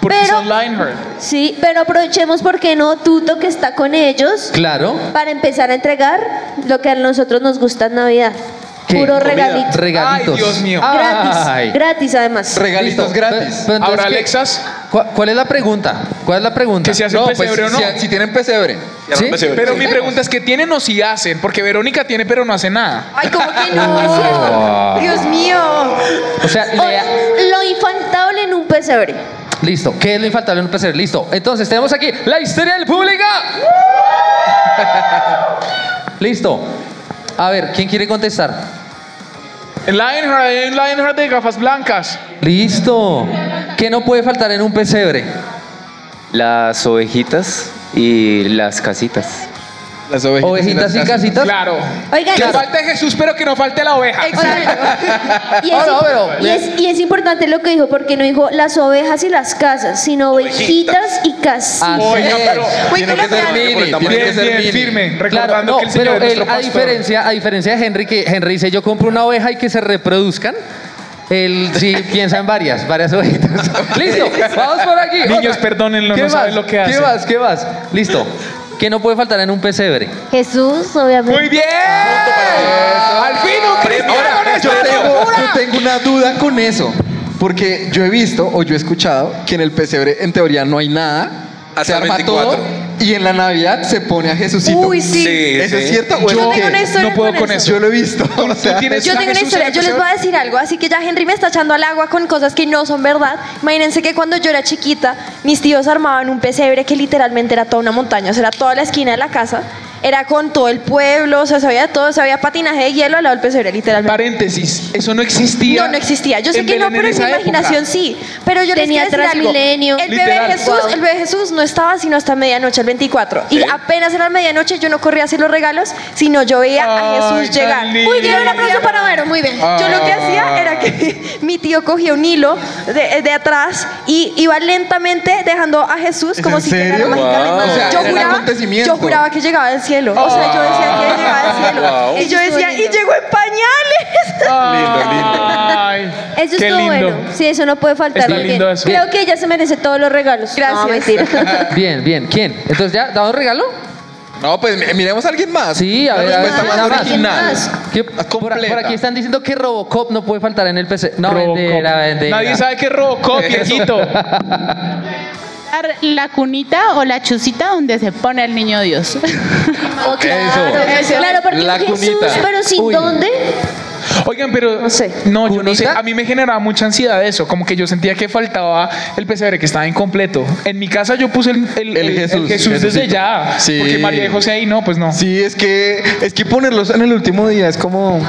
F: Porque
B: Pero,
F: son Lionheart.
B: sí, pero aprovechemos, ¿por qué no, Tuto, que está con ellos,
D: Claro.
B: para empezar a entregar lo que a nosotros nos gusta en Navidad?
D: ¿Qué?
B: Puro
D: Comida.
B: regalito.
D: Regalitos.
F: Ay, Dios mío.
D: Ay.
B: Gratis, gratis además.
C: Regalitos
D: Listo.
C: gratis.
D: Pero- pero entonces,
F: Ahora,
D: ¿qué-
F: Alexas,
D: ¿cuál, cuál es la pregunta? ¿Cuál es la pregunta?
F: que si hacen
C: No, pues
F: pesebre o no.
C: si, si tienen pesebre.
E: Y armar
D: ¿Sí?
E: pesebre.
F: pero
E: Sí.
F: mi pregunta es que tienen o si hacen, porque Verónica tiene pero no hace nada.
A: Ay, ¿cómo que no? Dios mío.
D: O sea,
B: O-
D: le-
B: lo infaltable en un pesebre.
D: listo. ¿Qué es lo infaltable en un pesebre? Listo. Entonces, tenemos aquí la historia del público. listo. A ver, ¿quién quiere contestar?
F: El Lionheart, hay un Lionheart de gafas blancas.
D: Listo. ¿Qué no puede faltar en un pesebre?
J: Las ovejitas y las casitas.
C: Las ovejitas,
D: Ovejitas y
C: las
D: casitas.
F: Claro.
B: Oigan,
F: Que falte Jesús, pero que no falte la oveja.
B: Y
D: Ah,
B: es,
D: no, pero-
B: y es- y es importante lo que dijo, porque no dijo las ovejas y las casas, sino ovejitas y
D: Ah,
B: casas.
F: Oiga, pero-
C: Tiene que ser mini,
E: Bien,
C: tiene que
F: Bien,
C: ser
F: bien,
C: mini.
F: firme. Recordando
D: Claro, no,
F: que el Señor
D: pero
F: es nuestro
D: él, a,
F: pastor.
D: diferencia, a diferencia de Henry, que Henry dice yo compro una oveja y que se reproduzcan, él sí piensa en varias, varias ovejitas. Listo, vamos por aquí.
F: Niños, perdónenlo,
D: ¿Qué
F: no
D: más?
F: saben lo que
D: ¿Qué
F: hacen.
D: más? ¿Qué más? Listo. ¿Qué no puede faltar en un pesebre?
B: Jesús, obviamente.
F: Muy bien. Al fin un cristiano
C: Ahora,
F: honesto.
C: yo tengo, yo tengo una duda con eso. Porque yo he visto o yo he escuchado que en el pesebre en teoría no hay nada.
E: Hasta
C: se
E: el
C: arma
E: 24.
C: todo y en la Navidad se pone a Jesucito.
A: Uy, sí.
H: Sí,
C: ¿Eso
H: sí.
C: es cierto?
A: Yo
C: ¿O es
A: tengo
C: qué?
A: una historia
F: no puedo
A: con
F: con
A: eso.
C: Yo lo he visto. o sea,
F: tienes-
A: Yo tengo una
F: Jesús
A: historia,
F: era
A: yo les
F: pesebre.
A: voy a decir algo, así que ya Henry me está echando al agua con cosas que no son verdad. Imagínense que cuando yo era chiquita, mis tíos armaban un pesebre que literalmente era toda una montaña, o sea, era toda la esquina de la casa, era con todo el pueblo, o sea, se había todo, se había patinaje de hielo al lado del pesebre, literalmente.
F: Paréntesis, eso no existía.
A: No, no existía. Yo sé
F: en
A: que no,
F: Belén
A: pero en mi
F: esa época.
A: imaginación sí. Pero yo
B: Tenía
A: les quiero decir algo.
B: Transmilenio.
A: El bebé,
F: Literal.
A: Jesús,
B: Wow.
A: el bebé Jesús no estaba sino hasta medianoche, el 24. Y apenas era la medianoche, yo no corría a hacer los regalos, sino yo veía a
F: Ay,
A: Jesús
F: tan
A: llegar.
F: lindo.
A: Muy bien, un aplauso para Vero, muy bien. Yo lo que hacía era que mi tío cogía un hilo de, de atrás y iba lentamente dejando a Jesús
C: ¿Es
A: como
C: en
A: si llegara
C: serio?
A: mágicamente.
C: Wow. O sea,
A: yo,
C: era el
A: juraba,
C: acontecimiento.
A: yo juraba que llegaba del cielo. O sea, yo decía que llegaba del cielo.
E: Wow.
A: Y yo decía, y llegó en pañales.
F: Ay,
B: Eso
F: qué
B: estuvo
F: lindo.
B: bueno. Sí, eso no puede faltar.
F: Está
B: porque
F: lindo eso.
B: Creo que ella se merece todos los regalos.
A: Gracias.
B: No, mentira.
D: Bien, bien. ¿Quién? Entonces, ¿ya? ¿Damos regalo?
C: No, pues mi- miremos a alguien más.
D: Sí, a
C: Una
D: ver, a ver,
C: respuesta
D: nada
C: más
D: más.
C: original.
D: ¿Qué- por,
C: completa.
D: por aquí están diciendo que Robocop no puede faltar en el PC. No,
F: Robocop.
D: mentira, mentira.
F: Nadie sabe qué es Robocop, viejito.
K: La cunita o la chusita donde se pone el niño Dios.
B: Oh, claro,
A: Eso.
B: claro, porque
C: La
B: Jesús,
C: cunita.
B: pero sin
D: Uy.
B: dónde.
F: Oigan, pero no,
B: sé.
F: yo no sé.
D: ¿Cunita?
F: A mí me generaba mucha ansiedad eso, como que yo sentía que faltaba el pesebre que estaba incompleto. En mi casa yo puse el, el-
C: El
F: el- el
C: Jesús,
F: Jesús desde
C: Jesucito.
F: ya,
C: Sí.
F: porque María y José ahí no, pues no.
C: Sí, es que, es que ponerlos en el último día es como...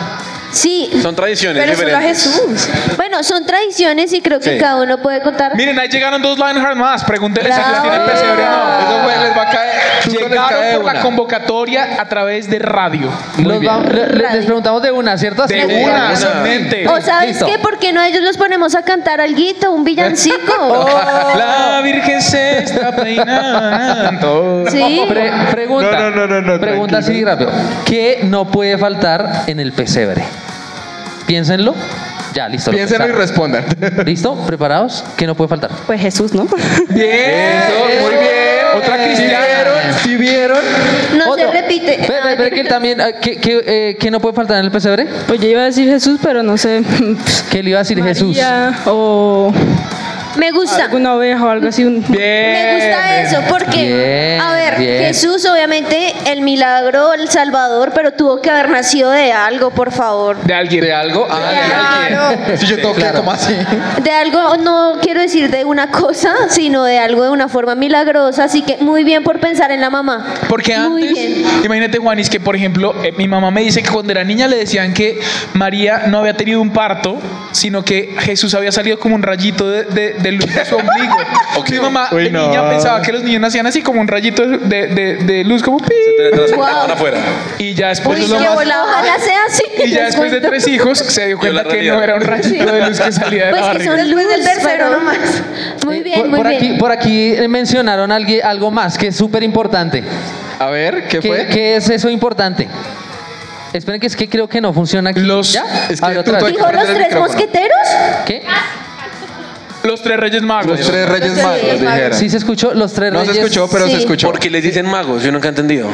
B: Sí.
E: Son tradiciones
A: Pero solo a
E: diferentes.
A: Jesús.
B: Bueno, son tradiciones y creo que
E: Sí.
B: cada uno puede contar.
F: Miren, ahí llegaron dos Lionheart más. Pregúntenle si
B: Bravo.
F: les tiene pesebre o no.
C: Eso fue, les va a caer. justo les
F: Llegaron
C: cae
F: por la
C: una.
F: convocatoria a través de radio.
D: Los vamos- le- le- les preguntamos de una, ¿cierto?
F: De
D: Así que-
F: una,
E: una.
F: solamente.
B: O sabes
D: Listo.
B: qué, ¿por qué no a ellos los ponemos a cantar alguito, un villancico?
F: La Virgen se está peinando.
B: sí.
D: Pre- pregunta.
C: No, no, no, no, no,
D: pregunta así
C: tranquilo.
D: rápido. ¿Qué no puede faltar en el pesebre? Piénsenlo. Ya, listo. lo
C: Piénsenlo y
D: pensaron.
C: respondan.
D: ¿Listo? ¿Preparados? ¿Qué no puede faltar?
K: Pues Jesús, ¿no?
F: Bien.
C: Eso,
D: Eh,
C: muy bien.
F: Otra
C: ¿Sí
F: cristiana.
C: vieron? ¿Sí vieron?
B: No
D: Otro.
B: se repite.
D: Ve, ve, ve que también, eh, ¿qué, qué, eh, qué no puede faltar en el pesebre?
K: Pues yo iba a decir Jesús, pero no sé.
D: ¿Qué le iba a decir Jesús?
K: o
B: Me gusta.
D: Ah,
K: alguna oveja o algo así.
B: Me gusta eso porque,
D: Bien,
B: a ver,
D: bien.
B: Jesús obviamente el milagro, el Salvador, pero tuvo que haber nacido de algo, por favor.
F: De alguien.
C: ¿De algo? Ah, de alguien. Si yo tengo que tomar así.
B: De algo, no quiero decir de una cosa, sino de algo de una forma milagrosa, así que muy bien por pensar en la mamá.
F: Porque
B: Muy
F: antes,
B: bien.
F: imagínate Juanis que por ejemplo, eh, mi mamá me dice que cuando era niña le decían que María no había tenido un parto, sino que Jesús había salido como un rayito de, de, de luz de su ombligo. Mi mamá
C: Uy,
F: de
C: no.
F: niña pensaba que los niños nacían así como un rayito de, de- de luz, como pi.
E: Se teletransportaban afuera.
F: Y ya después,
B: Uy,
F: de lo
B: qué
F: más-
B: volado, ojalá sea así.
F: y ya
B: les
F: después de
B: cuento.
F: tres hijos se dio
E: la
F: cuenta que
E: realidad.
F: no era un rayito de luz que salía de la
B: Pues que
F: barriga.
B: son
A: Después del
B: luz,
A: tercero
B: pero-
A: nomás.
B: Muy
D: Eh,
B: bien,
D: por,
B: muy
D: por
B: bien.
D: Aquí, por aquí eh, mencionaron algo, algo más que es súper importante.
C: A ver, ¿qué
D: ¿Qué,
C: fue?
D: qué es eso importante? Esperen que es que creo que no funciona aquí.
F: Los-
D: ¿Ya?
C: es que
D: A ver,
C: tú
D: otra
C: tocas-
D: vez.
B: ¿Dijo los
C: Prender el
B: tres
C: micrófono.
B: mosqueteros?
D: ¿Qué?
F: Los tres reyes magos.
C: Los tres reyes
A: Los
C: magos,
A: tres reyes magos.
C: dijeron.
D: Sí se escuchó los tres
C: No se
D: reyes
C: escuchó, pero se
B: Sí.
C: escuchó.
E: ¿Por qué les dicen magos? Yo nunca he entendido.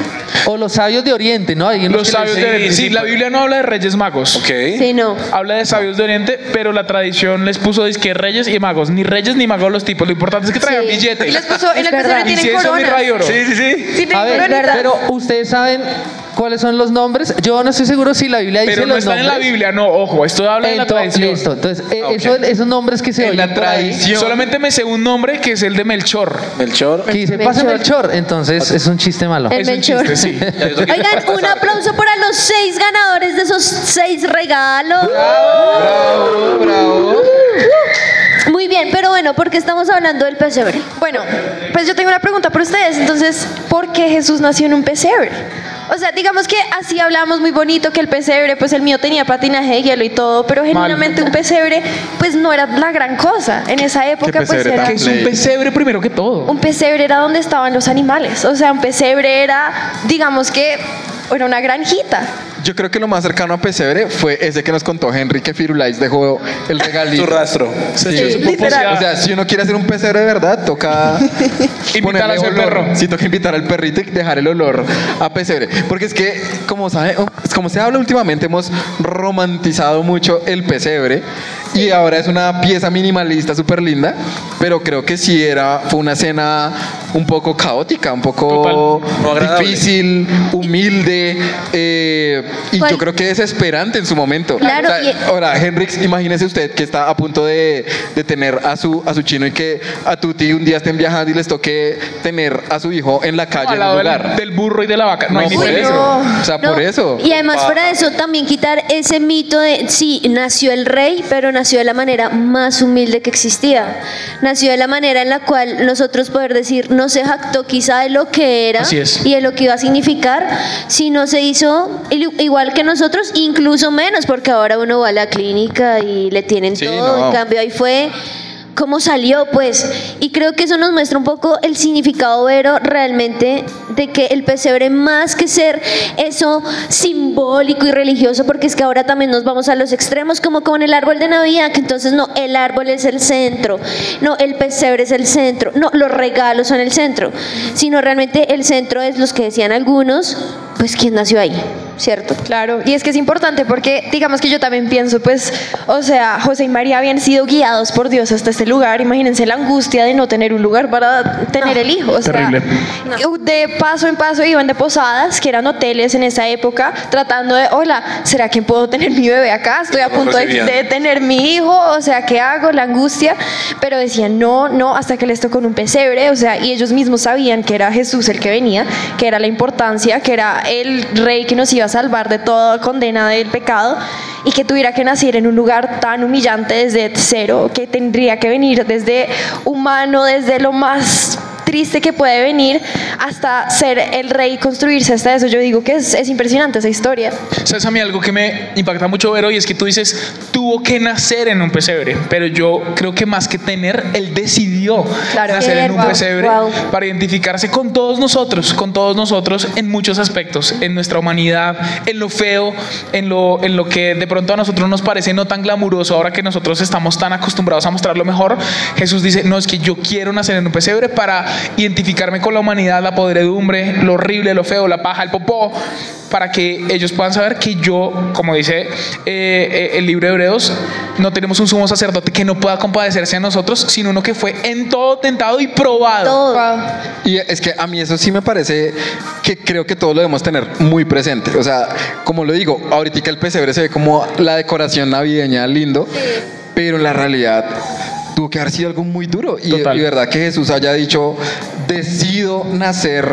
D: o los sabios de Oriente, ¿no? Hay unos
F: Los
D: que le
F: sabios
D: dicen-
F: de Oriente.
E: sí,
F: Sí, la
E: pues.
F: Biblia no habla de reyes magos.
E: Ok.
B: Sí, no.
F: Habla de sabios de Oriente, pero la tradición les puso disque reyes y magos. Ni reyes ni magos los tipos. Lo importante es que traigan
B: Sí.
F: billete.
A: Y les puso, en el
B: verdad.
A: pesebre
F: Y si
A: tienen
F: eso mi
A: corona.
F: rayo oro.
E: Sí, sí, sí.
A: Sí,
D: A
A: tienen
D: ver,
A: corona.
D: pero ustedes saben cuáles son los nombres. Yo no estoy seguro si la Biblia dice
F: Pero no
D: los
F: están en la
D: nombres.
F: Biblia, no, ojo, esto habla de la
D: Ento-
F: tradición. Ah,
D: listo. Entonces, eh,
E: Ok.
D: eso- esos nombres que se
C: En
D: oyen
C: la
D: por ahí,
C: tradición.
F: Solamente me sé un nombre que es el de Melchor.
E: Melchor.
D: que dice,
B: Melchor.
D: pásame el chor. Entonces, es un chiste malo.
B: El
F: Ah, es un
B: Melchor.
F: chiste, sí.
B: Oigan, un aplauso para los seis ganadores de esos seis regalos.
C: Bravo, bravo.
B: Muy bien, pero bueno, ¿por qué estamos hablando del pesebre?
A: Bueno, pues yo tengo una pregunta para ustedes. Entonces, ¿por qué Jesús nació en un pesebre? O sea, digamos que así hablamos muy bonito que el pesebre, pues el mío tenía patinaje de hielo y todo, pero genuinamente un pesebre, pues no era la gran cosa. En esa época, pues
C: pesebre
A: era.
C: tan
F: Que es un pesebre primero que todo.
A: Un pesebre era donde estaban los animales. O sea, un pesebre era, digamos que, era una granjita.
C: Yo creo que lo más cercano a Pesebre fue ese que nos contó Henry que Firulais dejó el regalito.
E: Su rastro.
C: Sí,
E: Sí,
C: su
F: Pues
E: literal.
C: pupuseada. O sea, si uno quiere hacer un pesebre de verdad, toca
F: Invitar a
C: ponerle
F: ese
C: olor.
F: perro.
C: Sí, toca invitar al perrito y dejar el olor a pesebre. Porque es que, como, sabe, oh, como se habla últimamente, hemos romantizado mucho el pesebre. Y ahora es una pieza minimalista súper linda. Pero creo que sí era, fue una cena un poco caótica, un poco
E: No agradable.
C: difícil, humilde. eh, y yo creo que desesperante en su momento.
B: Claro,
C: O sea,
B: y-
C: Ahora, Henrix, imagínese usted que está a punto de, de tener a su, a su chino y que a Tuti un día estén viajando y les toque tener a su hijo en la calle,
F: Al
C: en un
F: lado del-
C: lugar.
F: del burro y de la vaca. No,
C: No,
F: hay ni
C: por
F: pelea.
C: eso. O sea,
B: No,
C: por eso.
B: Y además fuera de eso, también quitar ese mito de, sí, nació el rey, pero nació de la manera más humilde que existía. Nació de la manera en la cual nosotros poder decir, no se jactó quizá de lo que era
F: Así es.
B: y de lo que iba a significar, sino se hizo il- igual que nosotros, incluso menos, porque ahora uno va a la clínica y le tienen
C: Sí,
B: todo,
C: no.
B: en cambio ahí fue cómo salió, pues. Y creo que eso nos muestra un poco el significado vero realmente de que el pesebre, más que ser eso simbólico y religioso, porque es que ahora también nos vamos a los extremos, como con el árbol de Navidad, que entonces no, el árbol es el centro, no, el pesebre es el centro, no, los regalos son el centro, sino realmente el centro es los que decían algunos, pues quién nació ahí, ¿cierto?
A: Claro, y es que es importante porque digamos que yo también pienso, pues, o sea, José y María habían sido guiados por Dios hasta este lugar. Imagínense la angustia de no tener un lugar para tener el hijo. O sea,
F: Terrible.
A: De paso en paso iban de posadas, que eran hoteles en esa época, tratando de, hola, ¿será que puedo tener mi bebé acá? Estoy a
E: No lo
A: punto de,
E: recibían.
A: de tener mi hijo, o sea, ¿qué hago? La angustia. Pero decían, no, no, hasta que les tocó en un pesebre, o sea, y ellos mismos sabían que era Jesús el que venía, que era la importancia, que era el rey que nos iba a salvar de toda condena del pecado y que tuviera que nacer en un lugar tan humillante desde cero, que tendría que venir desde humano, desde lo más triste que puede venir hasta ser el rey, construirse hasta eso. Yo digo que es, es impresionante esa historia.
F: ¿Sabes a mí algo que me impacta mucho ver hoy? Es que tú dices, tuvo que nacer en un pesebre, pero yo creo que más que tener, él decidió
A: Claro.
F: nacer en un
A: Wow,
F: pesebre
A: wow.
F: para identificarse con todos nosotros, con todos nosotros en muchos aspectos, en nuestra humanidad, en lo feo, en lo, en lo que de pronto a nosotros nos parece no tan glamuroso, ahora que nosotros estamos tan acostumbrados a mostrar lo mejor, Jesús dice, no, es que yo quiero nacer en un pesebre para identificarme con la humanidad, la podredumbre, lo horrible, lo feo, la paja, el popó, para que ellos puedan saber que yo, como dice eh, eh, el libro de Hebreos, no tenemos un sumo sacerdote que no pueda compadecerse a nosotros, sino uno que fue en todo tentado y probado.
B: Todo.
C: Y es que a mí eso sí me parece que creo que todos lo debemos tener muy presente. O sea, como lo digo, ahorita el pesebre se ve como la decoración navideña lindo, pero en la realidad tuvo que haber sido algo muy duro. Y,
F: Total.
C: y verdad que Jesús haya dicho, decido nacer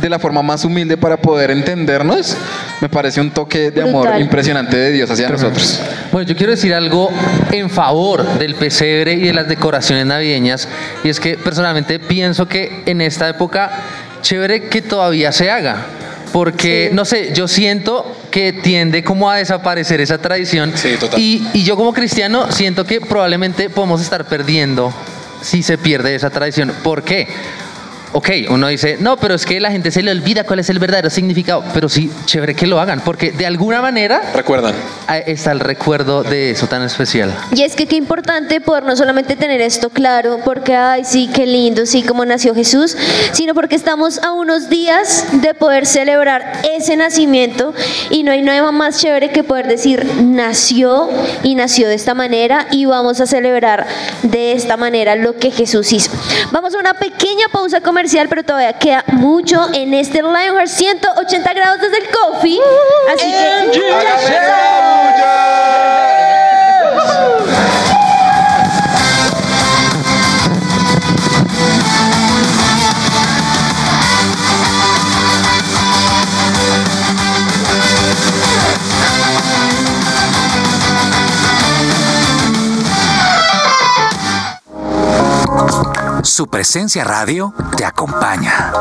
C: de la forma más humilde para poder entendernos, me parece un toque de amor
B: Brutal.
C: impresionante de Dios hacia nosotros.
D: Bueno, yo quiero decir algo en favor del pesebre y de las decoraciones navideñas. Y es que personalmente pienso que en esta época, chévere que todavía se haga. Porque, no sé, yo siento que tiende como a desaparecer esa tradición.
E: Sí, total.
D: Y, y yo como cristiano siento que probablemente podemos estar perdiendo si se pierde esa tradición. ¿Por qué? Ok, uno dice, no, pero es que la gente se le olvida cuál es el verdadero significado. Pero sí, chévere que lo hagan, porque de alguna manera
E: Recuerdan.
D: Ahí está el Ah, recuerdo de eso tan especial.
B: Y es que qué importante poder no solamente tener esto claro, porque ay, sí, qué lindo, sí, cómo nació Jesús, sino porque estamos a unos días de poder celebrar ese nacimiento y no hay nada más chévere que poder decir nació y nació de esta manera y vamos a celebrar de esta manera lo que Jesús hizo. Vamos a una pequeña pausa comercial, pero todavía queda mucho en este Lionheart 180 grados desde el coffee. Así que
L: Su presencia radio te acompaña.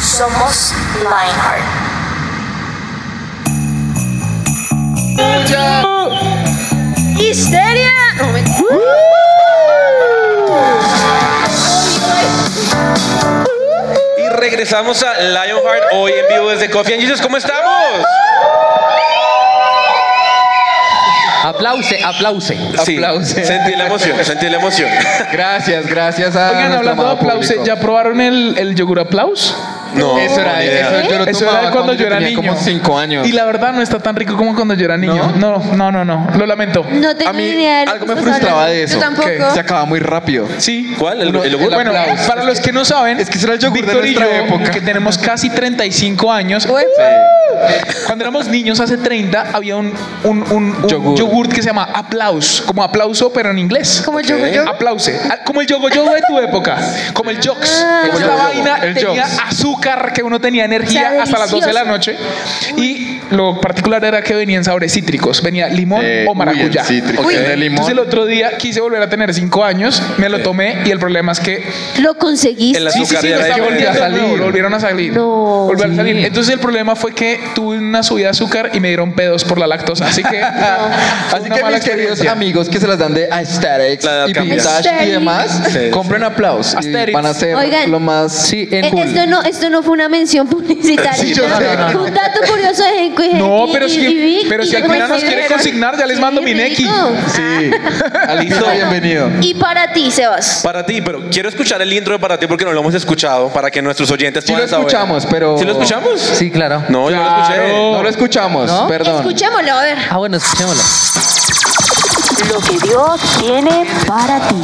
I: Somos Lionheart.
A: ¡Histeria! No, mentira.
H: regresamos a Lionheart hoy en vivo desde Coffee and Jesus. ¿Cómo estamos?
D: Aplause, aplause.
H: Sí,
M: Eh,
H: sentí la emoción, sentí la emoción.
C: Gracias, gracias a.
F: Oigan,
C: nuestro
F: hablando de
C: Ah, amado
F: aplausos,
C: público.
F: ¿ya probaron el, el yogur aplaus?
H: No,
C: Eso era,
H: ni
C: eso
H: idea.
C: yo lo
F: Eso
C: tomaba
F: era cuando yo era
C: tenía
F: niño.
C: como 5 años.
F: Y la verdad no está tan rico como cuando yo era niño. No, no, no, no. Lo lamento.
B: No tengo
C: a mí
B: ni idea. de lo
C: algo
B: que
C: me
B: estás
C: frustraba
B: hablando.
C: de eso.
B: Yo tampoco.
C: que Se acababa muy rápido.
F: Sí.
H: ¿Cuál? ¿El,
C: Uno-
H: el yogur?
C: el
F: Bueno,
C: aplauso.
F: para los que no saben,
C: Es que ese era el yogur de
F: Víctor y yo,
C: nuestra época.
F: que tenemos casi 35 años, cuando éramos niños hace 30, había un, un, un- un
C: Yogur.
F: yogurt que se llama aplaus, como aplauso, pero en inglés.
A: Como el yogo yogo.
F: Aplause. Ah, Como el yogo yogo de tu época. Como el jox.
A: Ah.
F: Como la
C: yogo.
F: vaina
C: El
F: tenía
C: yogs.
F: azúcar, que uno tenía
B: O
F: energía
B: sea,
F: hasta las 12 de la
B: delicioso.
F: noche. Y lo particular era que venían sabores cítricos. Venía limón
C: Eh,
F: o
C: uy,
F: maracuyá.
C: el cítrico,
A: Uy.
C: el de
F: Entonces el
C: limón. Eh.
F: otro día quise volver a tener 5 años, me lo tomé y el problema es que
B: Lo conseguiste.
H: El azúcar
F: lo
H: ya
F: está
H: era
F: volviendo
H: diferente.
F: a salir. Lo volvieron a salir.
B: No.
F: Volvieron a salir. Entonces el problema fue que tuve una subida de azúcar y me dieron pedos por la lactosa. Así que.
C: Así que mis queridos amigos que se las dan de aesthetics
H: La edad
C: y
H: cambia.
C: vintage y
A: Aesthetics.
C: demás,
H: Sí,
C: compren aplausos y
F: Aesthetics.
C: van a ser
B: Oigan.
C: lo más
D: Sí,
B: Eh,
D: en cool.
B: Esto, no, esto no fue una mención publicitaria.
C: Sí, yo
B: Entonces,
C: sé.
B: Un dato curioso de Henko y
F: No,
B: Henry
F: pero
B: y-
F: si-
B: y Vic,
F: pero
B: y
F: si
B: yo
F: Alpina
B: como
F: nos quiere
B: espero.
F: consignar, ya les
B: Sí,
F: mando mi
B: rico.
F: neki.
C: Sí, Alito,
B: Bueno,
C: bienvenido.
B: Y para ti, Sebas.
H: Para ti, pero quiero escuchar el intro de para ti porque no lo hemos escuchado para que nuestros oyentes
C: Sí lo
H: puedan saber.
C: escuchamos, pero-
H: ¿Sí lo escuchamos?
M: eh.
D: Sí, claro.
H: No, yo lo escuché.
C: No lo escuchamos,
D: ¿No?
C: perdón.
B: Escuchémoslo, a ver.
D: Ah, bueno, escuchémoslo.
I: Lo que Dios tiene para ti.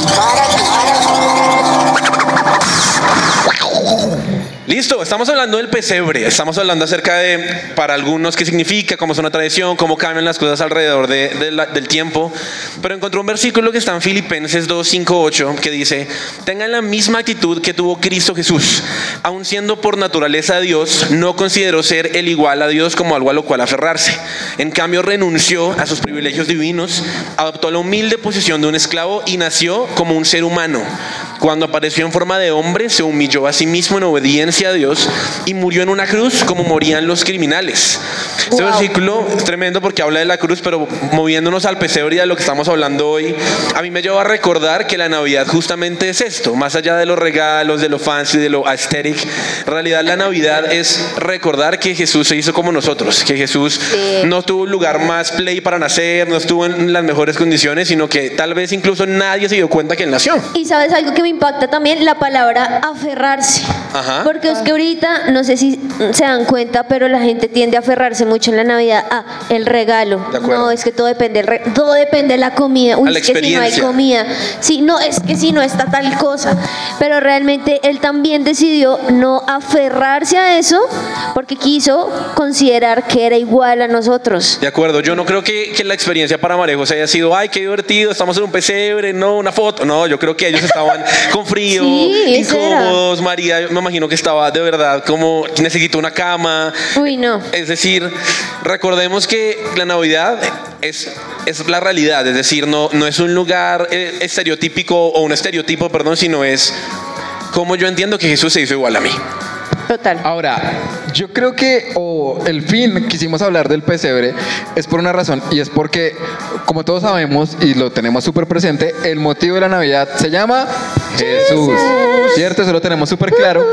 H: Listo, estamos hablando del pesebre, estamos hablando acerca de para algunos qué significa, cómo es una tradición, cómo cambian las cosas alrededor de- de la- del tiempo, pero encontré un versículo que está en Filipenses 2.5.8 que dice, tengan la misma actitud que tuvo Cristo Jesús, aun siendo por naturaleza Dios, no consideró ser el igual a Dios como algo a lo cual aferrarse, en cambio renunció a sus privilegios divinos, adoptó la humilde posición de un esclavo y nació como un ser humano. Cuando apareció en forma de hombre, se humilló a sí mismo en obediencia a Dios y murió en una cruz como morían los criminales. Este versículo es tremendo porque habla de la cruz, pero moviéndonos al pesebre y a lo que estamos hablando hoy, a mí me lleva a recordar que la Navidad justamente es esto, más allá de los regalos, de lo fancy, de lo aesthetic, en realidad la Navidad es recordar que Jesús se hizo como nosotros, que Jesús no tuvo un lugar más play para nacer, no estuvo en las mejores condiciones, sino que tal vez incluso nadie se dio cuenta que él nació.
B: Y sabes algo que me impacta también, la palabra aferrarse.
H: Ajá.
B: Porque es que ahorita, no sé si se dan cuenta, pero la gente tiende a aferrarse mucho en la Navidad a el regalo.
H: De acuerdo.
B: No, es que todo depende, del re- todo depende de la comida. Uy,
H: A la
B: es que si no hay
H: experiencia.
B: comida. Sí, no, es que si no está tal cosa. Pero realmente él también decidió no aferrarse a eso porque quiso considerar que era igual a nosotros.
H: De acuerdo, yo no creo que, que la experiencia para María José haya sido, ay, qué divertido, estamos en un pesebre, no, una foto. No, yo creo que ellos estaban con frío,
B: Sí, eso era.
H: incómodos. María, yo me imagino que estaba de verdad como necesito una cama.
B: Uy, no.
H: Es decir, recordemos que la Navidad es, es la realidad, es decir, no, no es un lugar eh, estereotípico o un estereotipo, perdón, sino es como yo entiendo que Jesús se hizo igual a mí.
A: Total.
C: Ahora, yo creo que o el fin quisimos hablar del pesebre es por una razón y es porque, como todos sabemos y lo tenemos súper presente, el motivo de la Navidad se llama Jesús. ¿Cierto? Eso lo tenemos súper claro.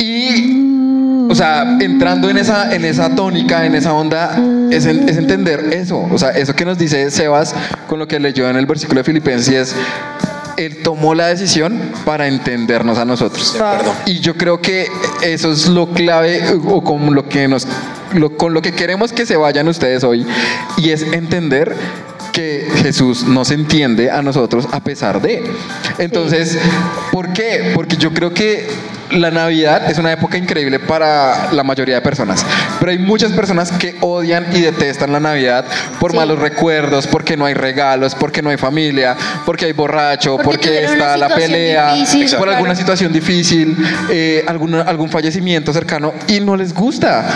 C: Y, o sea, entrando en esa, en esa tónica, en esa onda, es, en- es entender eso. O sea, eso que nos dice Sebas con lo que leyó en el versículo de Filipenses. Él tomó la decisión para entendernos a nosotros. Y yo creo que eso es lo clave o con lo que nos lo- con lo que queremos que se vayan ustedes hoy y es entender que Jesús nos entiende a nosotros a pesar de. Entonces, ¿por qué? Porque yo creo que la Navidad es una época increíble para la mayoría de personas, pero hay muchas personas que odian y detestan la Navidad por
B: Sí.
C: malos recuerdos, porque no hay regalos, porque no hay familia, porque hay borracho,
B: Porque
C: porque,
B: tuvieron una
C: está la
B: situación
C: pelea,
B: difícil,
C: por
B: Exacto.
C: alguna
B: claro.
C: situación difícil, eh, alguna- algún fallecimiento cercano y no les gusta.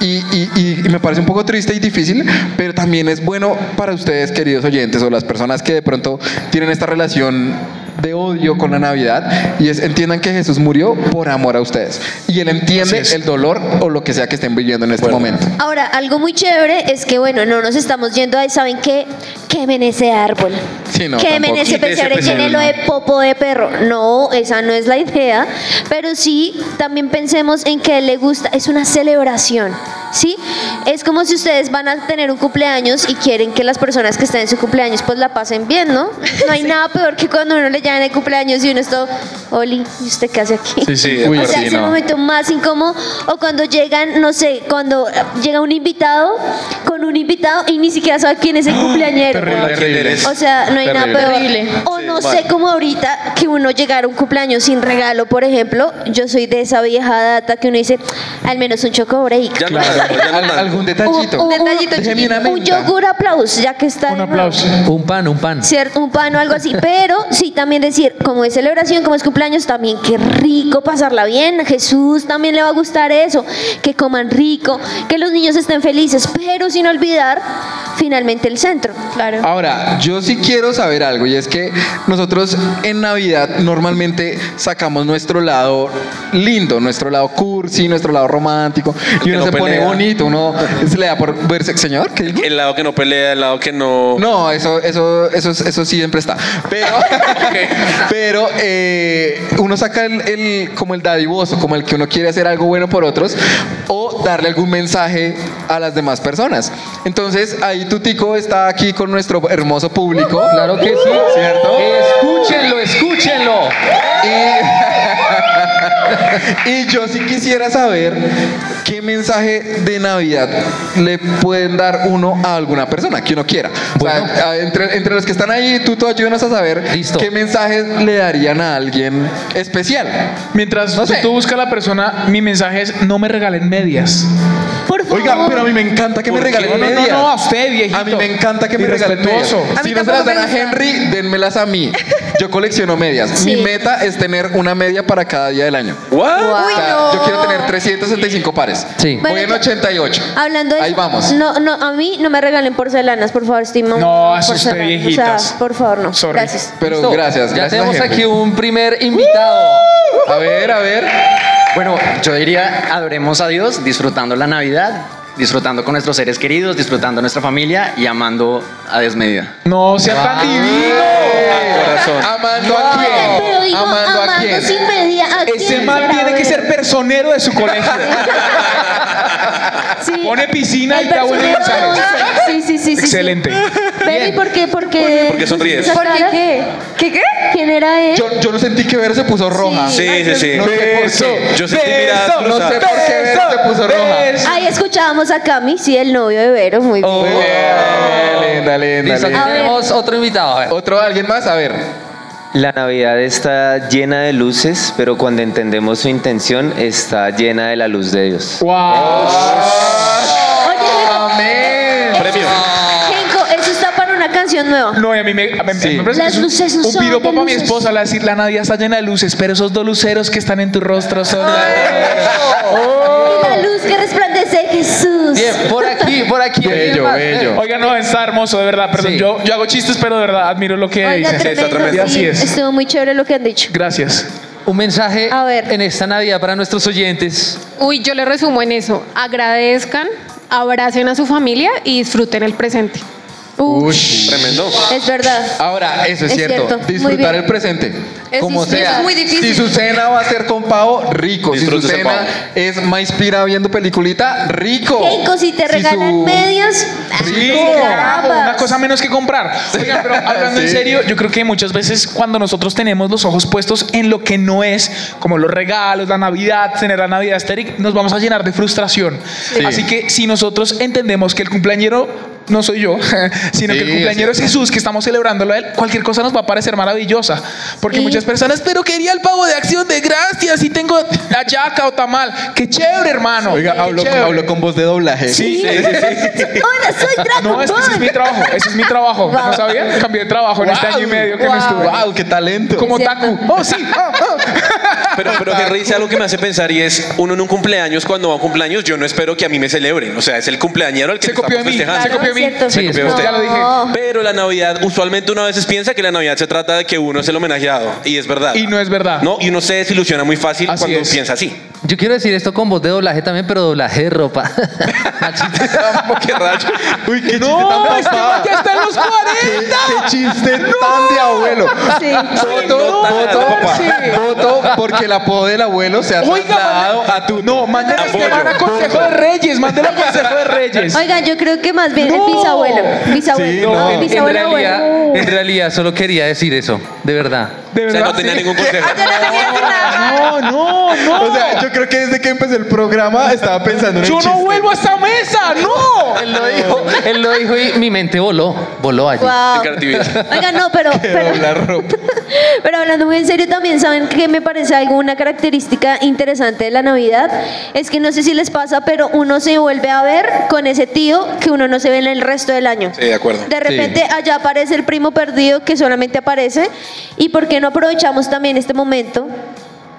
C: Y, y- y- y me parece un poco triste y difícil, pero también es bueno para ustedes, queridos oyentes, o las personas que de pronto tienen esta relación de odio con la Navidad, y es entiendan que Jesús murió por amor a ustedes. Y Él entiende el dolor o lo que sea que estén viviendo en este momento.
B: Ahora, algo muy chévere es que, bueno, no nos estamos yendo a, ¿saben qué? quemen ese árbol.
C: Sí, no,
B: quemen
C: tampoco.
B: ese
C: Quite ese
B: pesebre,
C: pesebre,
B: llénelo de
C: no.
B: popo de perro. No, esa no es la idea. Pero sí, también pensemos en que le gusta, es una celebración. ¿Sí? Es como si ustedes van a tener un cumpleaños y quieren que las personas que estén en su cumpleaños pues la pasen bien, ¿no? No hay nada peor que cuando uno le llaman el cumpleaños y uno está, Oli, ¿y usted qué hace aquí?
C: Sí, sí, de
B: o
C: acuerdo.
B: sea,
C: Sí,
B: es el
C: no.
B: momento más incómodo. O cuando llegan, no sé, cuando eh, llega un invitado con un invitado y ni siquiera sabe quién es el cumpleañero.
C: terrible,
B: weón.
C: terrible.
B: O sea, no hay
C: Terrible.
B: nada peor.
C: Terrible.
B: O no
C: vale.
B: sé cómo ahorita que uno llegar a un cumpleaños sin regalo, por ejemplo, yo soy de esa vieja data que uno dice, al menos un choco break.
C: Claro, al- algún detallito.
B: Un,
C: Detallito Déjeme una
B: chiquito, un
C: menta.
B: yogur aplauso, ya que está. de moda.
D: Un pan, un pan.
B: Cierto, un pan o algo así, pero sí también decir, como es celebración, como es cumpleaños, también qué rico pasarla bien, a Jesús también le va a gustar eso, que coman rico, que los niños estén felices, pero sin olvidar finalmente el centro. Ah, Claro.
C: Ahora, yo sí quiero saber algo y es que nosotros en Navidad normalmente sacamos nuestro lado lindo, nuestro lado cursi, nuestro lado romántico y uno
E: no
C: se pone
E: pelea.
C: bonito, uno se le da por verse, señor, ¿qué dijo?
E: El lado que no pelea, el lado que no.
C: No, eso, eso, eso, eso siempre está. Pero, pero eh, uno saca el, el- como el dadivoso, como el que uno quiere hacer algo bueno por otros, o darle algún mensaje a las demás personas. Entonces, ahí Tutico está aquí con nuestro hermoso público. Claro
D: que sí.
C: ¿Cierto?
D: Escúchenlo, escúchenlo.
C: Y, y yo sí quisiera saber qué mensaje de Navidad le pueden dar uno a alguna persona que uno quiera. O sea, a- entre, entre los que están ahí, tú tú ayúdanos a saber qué mensajes le darían a alguien especial.
F: Mientras tú, tú buscas a la persona, mi mensaje es no me regalen medias.
B: Por favor.
C: Oiga, pero a mí me encanta que me
F: ¿Por qué?
C: regalen
F: No, no,
C: medias.
F: no, no, a usted, viejito.
C: A mí me encanta que me regalen medias.
F: Irrespetuoso. A mí
C: Si no se las
F: tampoco
C: dan a Henry, denmelas a mí. Yo colecciono medias. Mi meta es tener una media para cada día del año.
B: Uy, no.
C: Yo quiero tener 365 pares. Sí. Voy
B: Bueno, Ah,
C: en
B: yo-
C: 88.
B: Hablando de
C: Ahí
B: eso,
C: vamos.
B: No, no, a mí no me regalen porcelanas, por favor, estoy mamá.
C: No, eso usted,
B: O
C: viejitas.
B: sea, por favor, no. Gracias.
C: Pero
D: Listo.
C: gracias.
D: Ya
C: gracias a
D: tenemos
C: Henry.
D: aquí un primer invitado.
M: Uh.
C: A ver, a ver.
M: Bueno, yo diría, adoremos a Dios disfrutando la Navidad, disfrutando con nuestros seres queridos, disfrutando nuestra familia y amando a desmedida.
F: No sea
C: Ah.
F: tan divino.
C: Amando
F: a quién.
B: Pero digo, amando, sin medida. ¿a
F: Ese
B: quién?
F: man
B: Pero a
F: tiene que
B: ver.
F: ser personero de su colegio. Pone piscina y da buenos
B: Personero
F: mensajes.
B: once. Sí, sí, sí, sí.
F: Excelente.
B: Baby, ¿por qué? ¿Por qué?
F: Porque sonríes.
B: ¿Por qué qué? ¿Qué qué? ¿Quién era él?
C: Yo, yo no sentí que ver se puso roja.
E: Sí, sí, sí.
C: No sé por
E: Beso,
C: qué.
E: Yo sentí miradas
C: Beso, No sé
E: cruzadas.
C: por qué ver se puso roja.
B: Ahí escuchábamos a Cami, sí, el novio de Vero, muy bien.
C: Linda, linda,
D: Listo, aquí
B: A ver.
D: tenemos otro invitado. A ver.
C: Otro alguien más, a ver.
J: La Navidad está llena de luces, pero cuando entendemos su intención, está llena de la luz de Dios.
C: Oh, Amén.
E: Premio.
B: Genko, eso está para una canción nueva.
F: No, y a mí me, a mí- a mí me parece
B: Las
F: que es un-
B: luces no
F: un,
B: son
F: piropo
B: de
F: para mi
B: luces.
F: esposa. La, decir, la Nadia está llena de luces, pero esos dos luceros que están en tu rostro son.
B: Y la luz que resplandece Jesús.
D: Bien, por aquí, por aquí. alguien más.
F: Oiga, no, está hermoso, de verdad. Perdón, yo, yo hago chistes, pero de verdad admiro lo que
B: Oiga,
F: dices.
B: tremendo,
F: Y así
B: sí,
F: es.
B: Estuvo muy chévere lo que han dicho.
F: Gracias.
D: Eh, Un mensaje en esta Navidad para nuestros oyentes.
N: Uy, yo le resumo en eso. Agradezcan, abracen a su familia y disfruten el presente.
C: Uy.
E: Tremendo.
B: Es verdad.
C: Ahora, eso es,
B: Es
C: cierto.
B: cierto, muy bien.
C: Disfrutar el presente.
B: Es
C: como
B: difícil,
C: sea.
B: es muy difícil.
C: Si su cena va a ser con pavo, rico. si
E: Disfrútese
C: su
E: el
C: cena es más pira viendo peliculita, rico.
B: Genko, si te regalan
C: su-
B: medias, ah,
F: Sí, carajo, una cosa menos que comprar. Oigan, pero hablando en serio, yo creo que muchas veces cuando nosotros tenemos los ojos puestos en lo que no es, como los regalos, la Navidad, tener la Navidad estéril, nos vamos a llenar de frustración.
C: Sí.
F: Así que si nosotros entendemos que el cumpleañero no soy yo, sino que el
C: Sí,
F: cumpleañero es
C: así es.
F: Jesús, que estamos celebrándolo a él, cualquier cosa nos va a parecer maravillosa. Porque
C: Sí.
F: muchas personas, pero quería el pavo de acción de gracias y tengo la yaca o tamal. ¡Qué chévere, hermano!
C: Oiga,
F: Qué
C: habló con,
F: chévere.
C: habló con voz de doblaje.
F: Sí,
B: Hola, soy Dragon
F: No, es que ese es mi trabajo, ese es mi trabajo. ¿No sabía? Cambié de trabajo en este año y medio que no estuve.
C: Wow, qué talento.
F: Como Taku. Oh, sí. oh, oh.
E: Pero, pero Henry dice algo que me hace pensar y es: uno en un cumpleaños, cuando va a un cumpleaños, yo no espero que a mí me celebren. O sea, es el cumpleañero al que se
F: copió de mí,
H: Ah,
F: se copió de mí.
B: Ah,
F: Claro, es
E: Se
F: cierto.
E: copió de usted.
F: Ya lo dije.
E: Pero la Navidad, usualmente uno a veces piensa que la Navidad se trata de que uno es el homenajeado. Y es verdad.
F: Y no es verdad.
E: No, y uno se desilusiona muy fácil
F: Así
E: cuando
F: es.
E: piensa así.
D: Yo quiero decir esto con voz de doblaje también, pero doblaje de ropa.
E: ¡Qué rayo! ¡Uy, qué
F: Oh,
D: ¡No!
E: este man ya
D: está en los 40!
C: ¡Qué chiste tan de abuelo!
E: Sí.
C: Voto,
E: No,
C: voto,
E: parce.
C: voto porque el apodo del abuelo se ha trasladado a tu... No,
F: Mándela a Esteban a Consejo de Reyes, mándela a Consejo de Reyes.
B: Oigan, yo creo que más bien el bisabuelo. Bisabuelo.
D: No,
B: el
D: en, en
B: bisabuelo
D: realidad,
B: abuelo.
D: en realidad solo quería decir eso, de verdad.
E: O sea, no tenía ningún consejo.
F: No,
B: Ah,
F: no, no.
C: O sea, yo creo que desde que empecé el programa estaba pensando en el
F: Yo
C: chiste.
F: no vuelvo a esta mesa, no.
D: Él lo dijo, él lo dijo y mi mente voló, voló allí.
B: Wow. De Oigan, no, pero, pero, pero hablando muy en serio también, ¿saben qué me parece alguna característica interesante de la Navidad? Es que no sé si les pasa, pero uno se vuelve a ver con ese tío que uno no se ve en el resto del año.
E: Sí, de acuerdo.
B: De repente allá aparece el primo perdido que solamente aparece. ¿Y por qué no aprovechamos también este momento?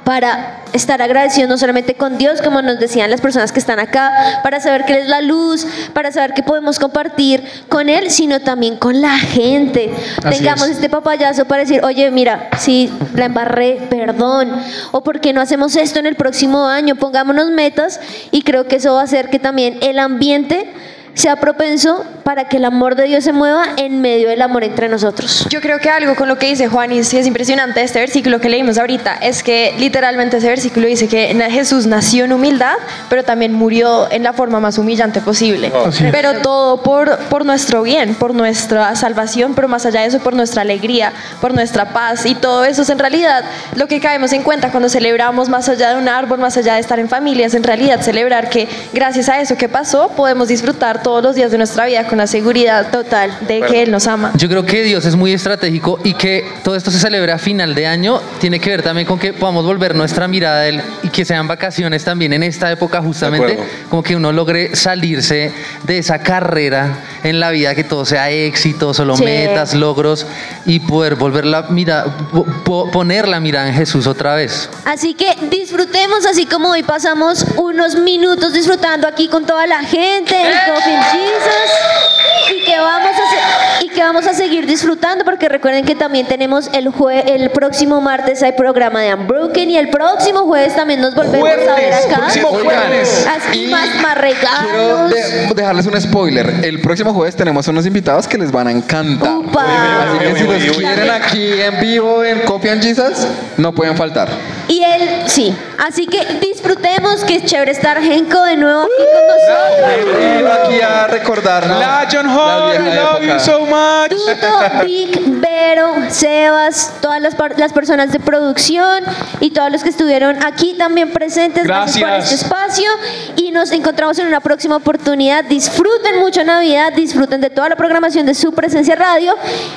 B: para estar agradecidos no solamente con Dios, como nos decían las personas que están acá, para saber que Él es la luz, para saber que podemos compartir con Él, sino también con la gente.
O: Así
B: Tengamos
O: es.
B: este papayazo para decir, oye, mira, si la embarré, perdón, o por qué no hacemos esto en el próximo año, pongámonos metas y creo que eso va a hacer que también el ambiente sea propenso para que el amor de Dios se mueva en medio del amor entre nosotros.
A: Yo creo que algo con lo que dice Juan y sí es impresionante este versículo que leímos ahorita es que literalmente ese versículo dice que na- Jesús nació en humildad, pero también murió en la forma más humillante posible.
O: Oh, Así es.
A: Pero todo por, por nuestro bien, por nuestra salvación, pero más allá de eso, por nuestra alegría, por nuestra paz. Y todo eso es en realidad lo que caemos en cuenta cuando celebramos más allá de un árbol, más allá de estar en familia, es en realidad celebrar que gracias a eso que pasó podemos disfrutar todos los días de nuestra vida con la seguridad total de que Él nos ama.
D: Yo creo que Dios es muy estratégico y que todo esto se celebra a final de año. Tiene que ver también con que podamos volver nuestra mirada a Él y que sean vacaciones también en esta época, justamente.
E: acuerdo.
D: Como que uno logre salirse de esa carrera en la vida, que todo sea éxito, solo
E: Sí.
D: metas, logros y poder volver la mira, po- po- poner la mirada en Jesús otra vez.
B: Así que disfrutemos así como hoy pasamos unos minutos disfrutando aquí con toda la gente
C: ¡Eh!
B: en Coffee and Jesus y que vamos a se- y que vamos a seguir disfrutando porque recuerden que también tenemos el jue- el próximo martes hay programa de Unbroken y el próximo jueves también nos volvemos a ver
C: Jueves,
B: acá.
C: próximo jueves.
B: Así más más regalos.
C: Quiero de- dejarles un spoiler. El próximo jueves tenemos unos invitados que les van a encantar. Así que si los quieren aquí en vivo en Copy and Jesus, no pueden faltar.
B: Y él, sí. Así que disfrutemos, que es chévere estar Genko de nuevo aquí
C: ¡Uh!
B: con nosotros.
C: Vino aquí a recordarnos.
F: Lion Heart, we love you so much.
B: Tuto, Vic, Vero, Sebas, todas las, par- las personas de producción y todos los que estuvieron aquí también presentes. por
O: Gracias.
B: este espacio y nos encontramos en una próxima oportunidad. Disfruten mucho Navidad, disfruten de toda la programación de su presencia radio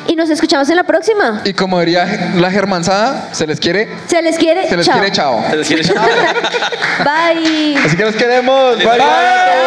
B: y nos escuchamos en la próxima.
C: Y como diría la germanzada, se les quiere.
B: Se les quiere.
C: Se les
B: chao.
C: quiere, chao.
E: Se les quiere, chao.
B: Bye.
C: Así que los queremos. Bye.
E: Bye.